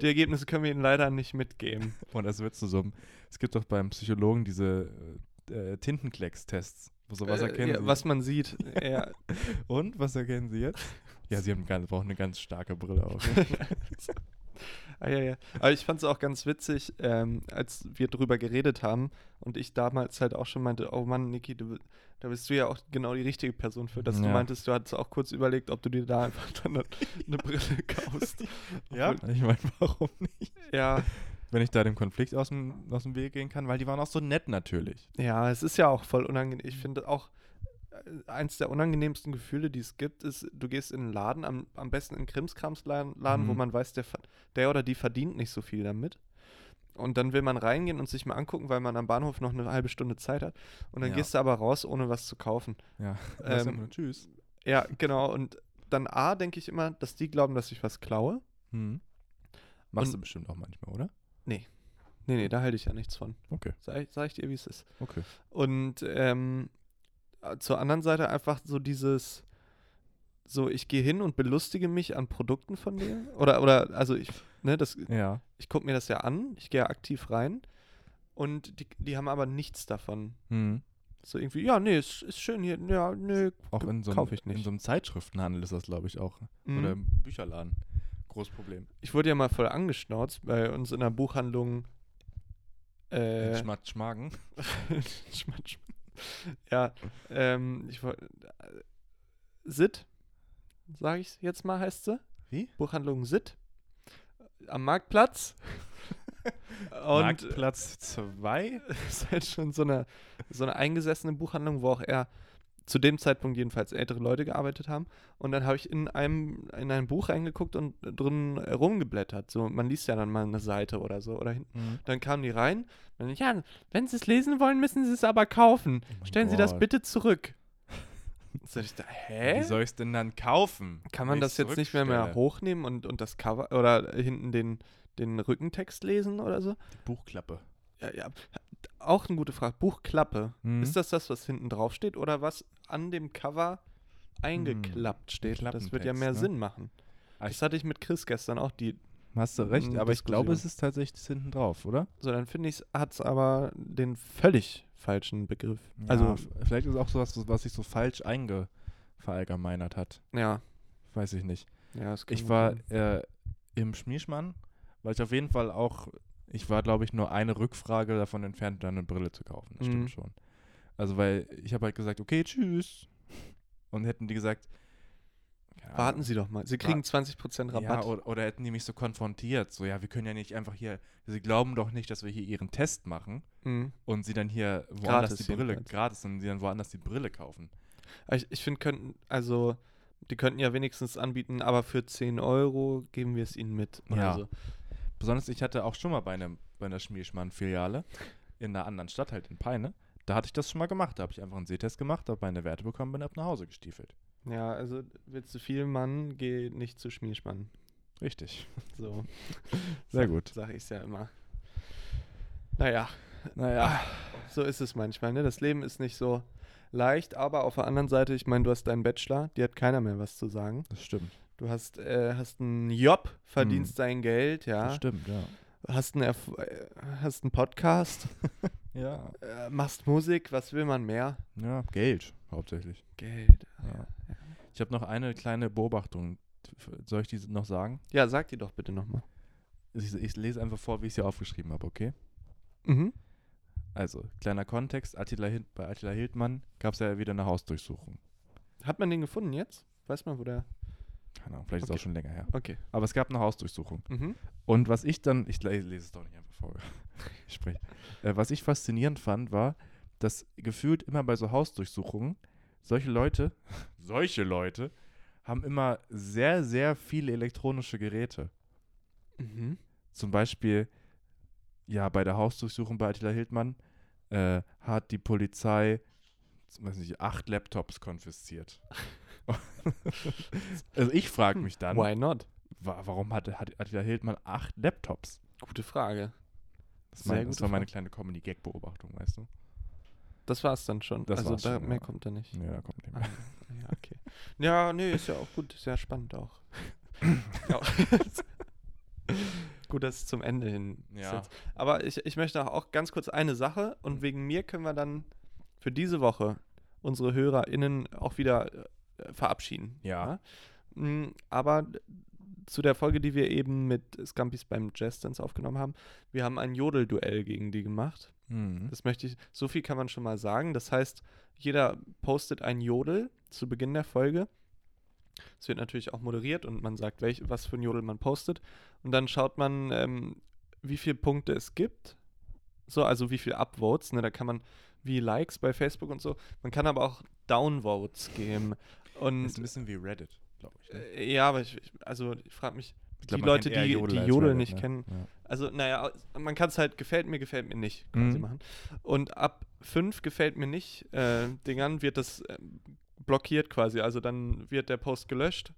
Speaker 3: Die Ergebnisse können wir ihnen leider nicht mitgeben.
Speaker 4: Und es wird zu so einem, es gibt doch beim Psychologen diese äh, Tintenklecks-Tests, wo so was
Speaker 3: Äh,
Speaker 4: erkennen
Speaker 3: ja,
Speaker 4: Sie.
Speaker 3: was man sieht. Ja,
Speaker 4: Und was erkennen Sie jetzt? Ja, Sie haben ganz, brauchen eine ganz starke Brille auf.
Speaker 3: ah, ja, ja. Aber ich fand es auch ganz witzig, ähm, als wir drüber geredet haben und ich damals halt auch schon meinte, oh Mann, Niki, du, da bist du ja auch genau die richtige Person für, dass du
Speaker 4: Ja.
Speaker 3: meintest, du hattest auch kurz überlegt, ob du dir da einfach dann eine, eine Brille kaufst.
Speaker 4: ja.
Speaker 3: Obwohl-
Speaker 4: Ich meine, warum nicht?
Speaker 3: Ja,
Speaker 4: Wenn ich da dem Konflikt aus dem, aus dem Weg gehen kann, weil die waren auch so nett natürlich.
Speaker 3: Ja, es ist ja auch voll unangenehm.
Speaker 4: Mhm.
Speaker 3: Ich finde auch, äh, eins der unangenehmsten Gefühle, die es gibt, ist, du gehst in einen Laden, am, am besten in einen Krimskramsladen, Laden, wo
Speaker 4: Mhm.
Speaker 3: man weiß, der, ver- der oder die verdient nicht so viel damit. Und dann will man reingehen und sich mal angucken, weil man am Bahnhof noch eine halbe Stunde Zeit hat. Und dann
Speaker 4: Ja.
Speaker 3: gehst du aber raus, ohne was zu kaufen.
Speaker 4: Ja.
Speaker 3: Ähm,
Speaker 4: Ähm, Tschüss.
Speaker 3: Ja, genau. Und dann A, denke ich immer, dass die glauben, dass ich was klaue.
Speaker 4: Hm. Machst
Speaker 3: und-
Speaker 4: du bestimmt auch manchmal, oder?
Speaker 3: Nee, nee, da halte ich ja nichts von.
Speaker 4: Okay,
Speaker 3: Sag, ich- sag ich dir, wie es ist.
Speaker 4: okay.
Speaker 3: Und ähm, äh, zur anderen Seite einfach so dieses, so ich gehe hin und belustige mich an Produkten von dir. Oder, oder also ich, ne, das,
Speaker 4: Ja.
Speaker 3: ich gucke mir das ja an, ich gehe ja aktiv rein und die, die haben aber nichts davon.
Speaker 4: Hm.
Speaker 3: So irgendwie, ja, nee, ist, ist schön hier, ja, nee.
Speaker 4: Auch in so, einem,
Speaker 3: Kauf ich nicht.
Speaker 4: in so einem Zeitschriftenhandel ist das, glaube ich, auch.
Speaker 3: Mhm.
Speaker 4: Oder im Bücherladen. Großes Problem.
Speaker 3: Ich wurde ja mal voll angeschnauzt bei uns in der Buchhandlung.
Speaker 4: Äh.
Speaker 3: Äh,
Speaker 4: Schmagen.
Speaker 3: Schmatsch- ja, ähm, ich wollte. Sit, sage ich jetzt mal, heißt sie.
Speaker 4: Wie?
Speaker 3: Buchhandlung Sit. Am Marktplatz. Und
Speaker 4: Marktplatz 2.
Speaker 3: es ist halt schon so eine, so eine eingesessene Buchhandlung, wo auch eher zu dem Zeitpunkt jedenfalls ältere Leute gearbeitet haben. Und dann habe ich in einem, in ein Buch reingeguckt und drin rumgeblättert. So, man liest ja dann mal eine Seite oder so oder hin,
Speaker 4: Mhm.
Speaker 3: dann kamen die rein. Und dann, ja, wenn sie es lesen wollen, müssen sie es aber kaufen.
Speaker 4: Oh mein
Speaker 3: Stellen Sie das
Speaker 4: Gott.
Speaker 3: bitte zurück. So, ich da, hä?
Speaker 4: Wie soll ich es denn dann kaufen?
Speaker 3: Kann man
Speaker 4: wenn
Speaker 3: das
Speaker 4: ich's
Speaker 3: jetzt nicht mehr, mehr
Speaker 4: zurückstelle?
Speaker 3: hochnehmen und, und das Cover oder hinten den, den Rückentext lesen oder so?
Speaker 4: Die Buchklappe.
Speaker 3: Ja, ja. Auch eine gute Frage. Buchklappe.
Speaker 4: Mhm.
Speaker 3: Ist das das, was hinten drauf steht oder was an dem Cover eingeklappt steht? Das wird ja
Speaker 4: Hm. Klappentext,
Speaker 3: mehr
Speaker 4: ne?
Speaker 3: Sinn machen.
Speaker 4: Ah,
Speaker 3: Das hatte ich mit Chris gestern auch die
Speaker 4: hast du recht,
Speaker 3: Mm,
Speaker 4: aber ich glaube, es
Speaker 3: Diskussion.
Speaker 4: ist tatsächlich hinten drauf, oder?
Speaker 3: So, dann finde ich, hat es aber den völlig falschen Begriff.
Speaker 4: also
Speaker 3: Also,
Speaker 4: f- vielleicht ist es auch sowas, was- was sich so falsch eingeverallgemeinert hat.
Speaker 3: ja.
Speaker 4: Weiß ich nicht.
Speaker 3: ja das kann
Speaker 4: Ich
Speaker 3: gut
Speaker 4: war
Speaker 3: sein.
Speaker 4: äh, im Schmieschmann, weil ich auf jeden Fall auch, ich war, glaube ich, nur eine Rückfrage davon entfernt, dann eine Brille zu kaufen. Das
Speaker 3: Mhm.
Speaker 4: stimmt schon. Also, weil ich habe halt gesagt, okay, tschüss. Und hätten die gesagt, keine Ahnung,
Speaker 3: Warten Sie doch mal. Sie kriegen 20% Rabatt.
Speaker 4: Ja, oder, oder hätten die mich so konfrontiert, so, ja, wir können ja nicht einfach hier, sie glauben doch nicht, dass wir hier ihren Test machen
Speaker 3: Mhm.
Speaker 4: und sie dann hier woanders
Speaker 3: Gratis
Speaker 4: die Brille,
Speaker 3: jedenfalls.
Speaker 4: gratis, und sie dann woanders die Brille kaufen.
Speaker 3: Aber Ich, ich finde, könnten, also, die könnten ja wenigstens anbieten, aber für 10 Euro geben wir es ihnen mit. Also, oder
Speaker 4: Ja.
Speaker 3: so.
Speaker 4: Besonders ich hatte auch schon mal bei, einem, bei einer Schmierschmann-Filiale in einer anderen Stadt, halt in Peine, da hatte ich das schon mal gemacht, da habe ich einfach einen Sehtest gemacht, habe meine Werte bekommen, bin ab nach Hause gestiefelt.
Speaker 3: ja, also, willst du viel Mann, geh nicht zu Schmierspann.
Speaker 4: Richtig.
Speaker 3: So,
Speaker 4: Sehr gut.
Speaker 3: sage ich es ja immer. Naja, Ah,
Speaker 4: Naja.
Speaker 3: so ist es manchmal, ne? Das Leben ist nicht so leicht, aber auf der anderen Seite, ich meine, du hast deinen Bachelor, dir hat keiner mehr was zu sagen.
Speaker 4: Das stimmt.
Speaker 3: Du hast, äh, hast einen Job, verdienst dein Geld,
Speaker 4: Mhm. Das
Speaker 3: ja.
Speaker 4: stimmt, ja.
Speaker 3: Hast einen, Erf äh, hast einen Podcast,
Speaker 4: Ja.
Speaker 3: äh, machst Musik, was will man mehr?
Speaker 4: Ja, Geld hauptsächlich.
Speaker 3: Geld.
Speaker 4: Ja. Ich habe noch eine kleine Beobachtung. Soll ich die noch sagen?
Speaker 3: Ja, sag die doch bitte nochmal.
Speaker 4: Ich, ich lese einfach vor, wie ich sie aufgeschrieben habe, okay?
Speaker 3: Mhm.
Speaker 4: Also, kleiner Kontext, Attila, Hild- bei Attila Hildmann gab es ja wieder eine Hausdurchsuchung.
Speaker 3: Hat man den gefunden jetzt? Weiß man, wo der.
Speaker 4: Keine Ahnung, vielleicht ist es
Speaker 3: Okay.
Speaker 4: auch schon länger her.
Speaker 3: Okay.
Speaker 4: Aber es gab eine Hausdurchsuchung.
Speaker 3: Mhm.
Speaker 4: Und was ich dann, ich le- lese es doch nicht einfach vor. ich sprich. Äh, was ich faszinierend fand, war, dass gefühlt immer bei so Hausdurchsuchungen solche Leute, solche Leute, haben immer sehr, sehr viele elektronische Geräte.
Speaker 3: Mhm.
Speaker 4: Zum Beispiel, ja, bei der Hausdurchsuchung bei Attila Hildmann äh, hat die Polizei, weiß nicht, acht Laptops konfisziert. also ich frage mich dann, wa
Speaker 3: Why not?
Speaker 4: warum hatte, hat Attila Hildmann acht Laptops?
Speaker 3: Gute Frage.
Speaker 4: Das,
Speaker 3: Sehr
Speaker 4: mein, das
Speaker 3: gute
Speaker 4: war meine
Speaker 3: Frage.
Speaker 4: kleine Comedy-Gag-Beobachtung, weißt du?
Speaker 3: Das war's dann schon.
Speaker 4: Das
Speaker 3: also
Speaker 4: war's
Speaker 3: da,
Speaker 4: schon,
Speaker 3: mehr
Speaker 4: ja.
Speaker 3: kommt da nicht.
Speaker 4: Nee, da kommt nicht
Speaker 3: Ah,
Speaker 4: mehr.
Speaker 3: ja, okay. Ja, nee, ist ja auch gut, ist ja spannend auch. Ja. gut, dass es zum Ende hin ist
Speaker 4: Ja. Mhm.
Speaker 3: jetzt. Aber ich, ich möchte auch ganz kurz eine Sache und wegen mir können wir dann für diese Woche unsere HörerInnen auch wieder äh, verabschieden.
Speaker 4: Ja.
Speaker 3: Mm, Aber zu der Folge, die wir eben mit Scampis beim Jazzdance aufgenommen haben, wir haben ein Jodelduell gegen die gemacht.
Speaker 4: Mhm.
Speaker 3: Das möchte ich, so viel kann man schon mal sagen. Das heißt, jeder postet ein Jodel zu Beginn der Folge. Es wird natürlich auch moderiert und man sagt, welch, was für ein Jodel man postet. Und dann schaut man, ähm, wie viele Punkte es gibt. So, also wie viele Upvotes. Ne? Da kann man wie Likes bei Facebook und so. Man kann aber auch Downvotes geben.
Speaker 4: Ist ein
Speaker 3: Und
Speaker 4: bisschen wie Reddit, glaube ich. Ne?
Speaker 3: äh, ja, aber ich, ich- also ich frage mich,
Speaker 4: Ich glaub,
Speaker 3: die
Speaker 4: man kennt
Speaker 3: Leute,
Speaker 4: eher
Speaker 3: die
Speaker 4: Jodel
Speaker 3: die
Speaker 4: als
Speaker 3: Jodel
Speaker 4: Reddit,
Speaker 3: nicht
Speaker 4: ne?
Speaker 3: kennen,
Speaker 4: Ja.
Speaker 3: also, naja, man kann es halt gefällt mir, gefällt mir nicht quasi
Speaker 4: Mhm.
Speaker 3: machen. Und ab 5 gefällt mir nicht äh, Dingern wird das ähm, blockiert quasi. Also dann wird der Post gelöscht.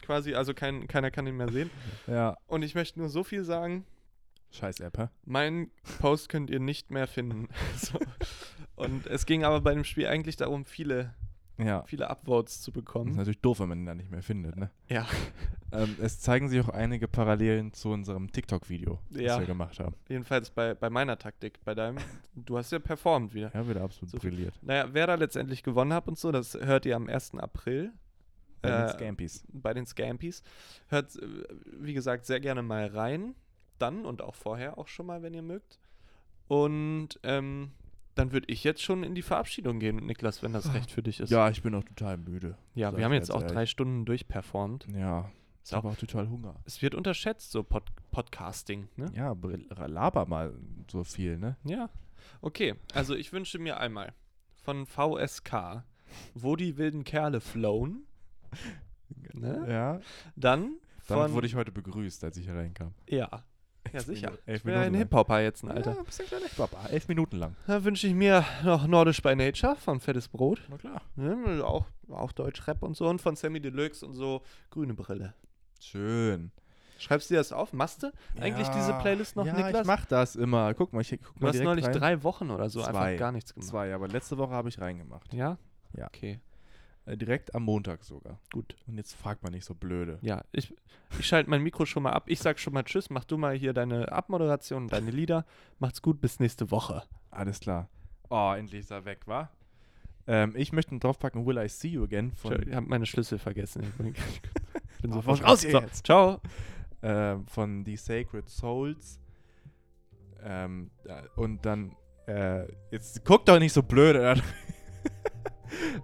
Speaker 3: Quasi, also kein, keiner kann ihn mehr sehen.
Speaker 4: ja.
Speaker 3: Und ich möchte nur so viel sagen,
Speaker 4: Scheiß App, hä?
Speaker 3: meinen Post könnt ihr nicht mehr finden. so. Und es ging aber bei dem Spiel eigentlich darum, viele,
Speaker 4: Ja.
Speaker 3: viele Upvotes zu
Speaker 4: Ist
Speaker 3: bekommen.
Speaker 4: natürlich doof, wenn man ihn da nicht mehr findet, ne?
Speaker 3: Ja.
Speaker 4: Ähm, es zeigen sich auch einige Parallelen zu unserem TikTok-Video,
Speaker 3: Ja.
Speaker 4: das wir gemacht haben.
Speaker 3: Jedenfalls bei, bei meiner Taktik, bei deinem. Du hast ja performt wieder.
Speaker 4: Ja, wieder absolut
Speaker 3: So viel-
Speaker 4: brilliert.
Speaker 3: Naja, wer da letztendlich gewonnen hat und so, das hört ihr am 1. April
Speaker 4: Bei den
Speaker 3: Äh,
Speaker 4: Scampies.
Speaker 3: bei den Scampies. Hört, äh, wie gesagt, sehr gerne mal rein. Dann und auch vorher auch schon mal, wenn ihr mögt. Und ähm, dann würde ich jetzt schon in die Verabschiedung gehen, Niklas, wenn das recht für dich ist.
Speaker 4: Ah. Ja, ich bin auch total müde.
Speaker 3: ja
Speaker 4: sag
Speaker 3: wir haben
Speaker 4: ich
Speaker 3: jetzt
Speaker 4: ganz
Speaker 3: auch
Speaker 4: ehrlich.
Speaker 3: drei Stunden durchperformt.
Speaker 4: Ja. Ich
Speaker 3: Ist auch,
Speaker 4: habe auch total Hunger.
Speaker 3: es wird unterschätzt, so Pod Podcasting. Ne?
Speaker 4: Ja, brill- laber mal so viel, ne?
Speaker 3: Ja. Okay, also ich wünsche mir einmal von VSK, wo die wilden Kerle flown. Ne?
Speaker 4: Ja.
Speaker 3: Dann
Speaker 4: Damit
Speaker 3: von.
Speaker 4: wurde ich heute begrüßt, als ich hier reinkam.
Speaker 3: ja. Ja, sicher.
Speaker 4: Elf
Speaker 3: Ich bin ja ein
Speaker 4: Minuten lang.
Speaker 3: Hip-Hopper jetzt, ein Alter.
Speaker 4: Ja, bist ein kleiner Hip-Hopper. Elf Minuten lang.
Speaker 3: Da wünsche ich mir noch Nordisch by Nature von Fettes Brot.
Speaker 4: Na klar.
Speaker 3: Ne? Auch, auch Deutschrap und so. Und von Sammy Deluxe und so Grüne Brille.
Speaker 4: Schön.
Speaker 3: Schreibst du dir das auf? Machst du eigentlich diese
Speaker 4: Ja.
Speaker 3: Playlist noch,
Speaker 4: ja,
Speaker 3: Niklas?
Speaker 4: ich mach das immer. Guck mal, ich guck
Speaker 3: du
Speaker 4: mal
Speaker 3: hast
Speaker 4: direkt
Speaker 3: neulich
Speaker 4: rein.
Speaker 3: drei Wochen oder so
Speaker 4: Zwei.
Speaker 3: einfach gar nichts gemacht.
Speaker 4: Zwei, aber letzte Woche habe ich reingemacht.
Speaker 3: Ja?
Speaker 4: Ja.
Speaker 3: Okay.
Speaker 4: Äh, direkt am Montag sogar.
Speaker 3: Gut.
Speaker 4: Und jetzt fragt man nicht so blöde.
Speaker 3: Ja, ich, ich schalte mein Mikro schon mal ab. Ich sag schon mal Tschüss, mach du mal hier deine Abmoderation, deine Lieder. Macht's gut, bis nächste Woche.
Speaker 4: Alles klar. Oh, endlich ist er weg, wa? Ähm, ich möchte draufpacken Will I See You Again von,
Speaker 3: Ich habe meine Schlüssel vergessen. Ich bin, bin
Speaker 4: Ah,
Speaker 3: sofort
Speaker 4: raus hier
Speaker 3: So,
Speaker 4: jetzt.
Speaker 3: Ciao.
Speaker 4: ähm, von The Sacred Souls. Ähm, äh, und dann, äh, jetzt guck doch nicht so blöd an.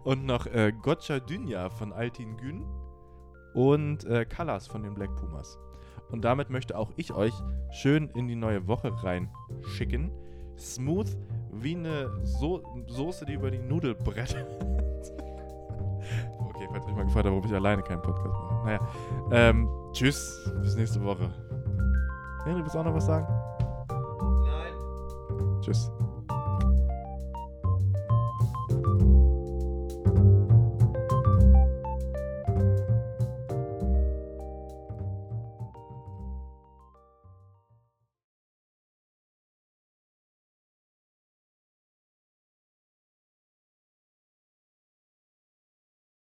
Speaker 4: und noch äh, Gotcha Dünya von Altin Gün und äh, Colors von den Black Pumas. Und damit möchte auch ich euch schön in die neue Woche reinschicken. Smooth wie eine so Soße, die über die Nudel brettet. okay, falls ihr euch mal gefragt habt, warum ich alleine keinen Podcast mache. Naja, ähm, tschüss, bis nächste Woche. Henry, willst du auch noch was sagen? Nein. Tschüss.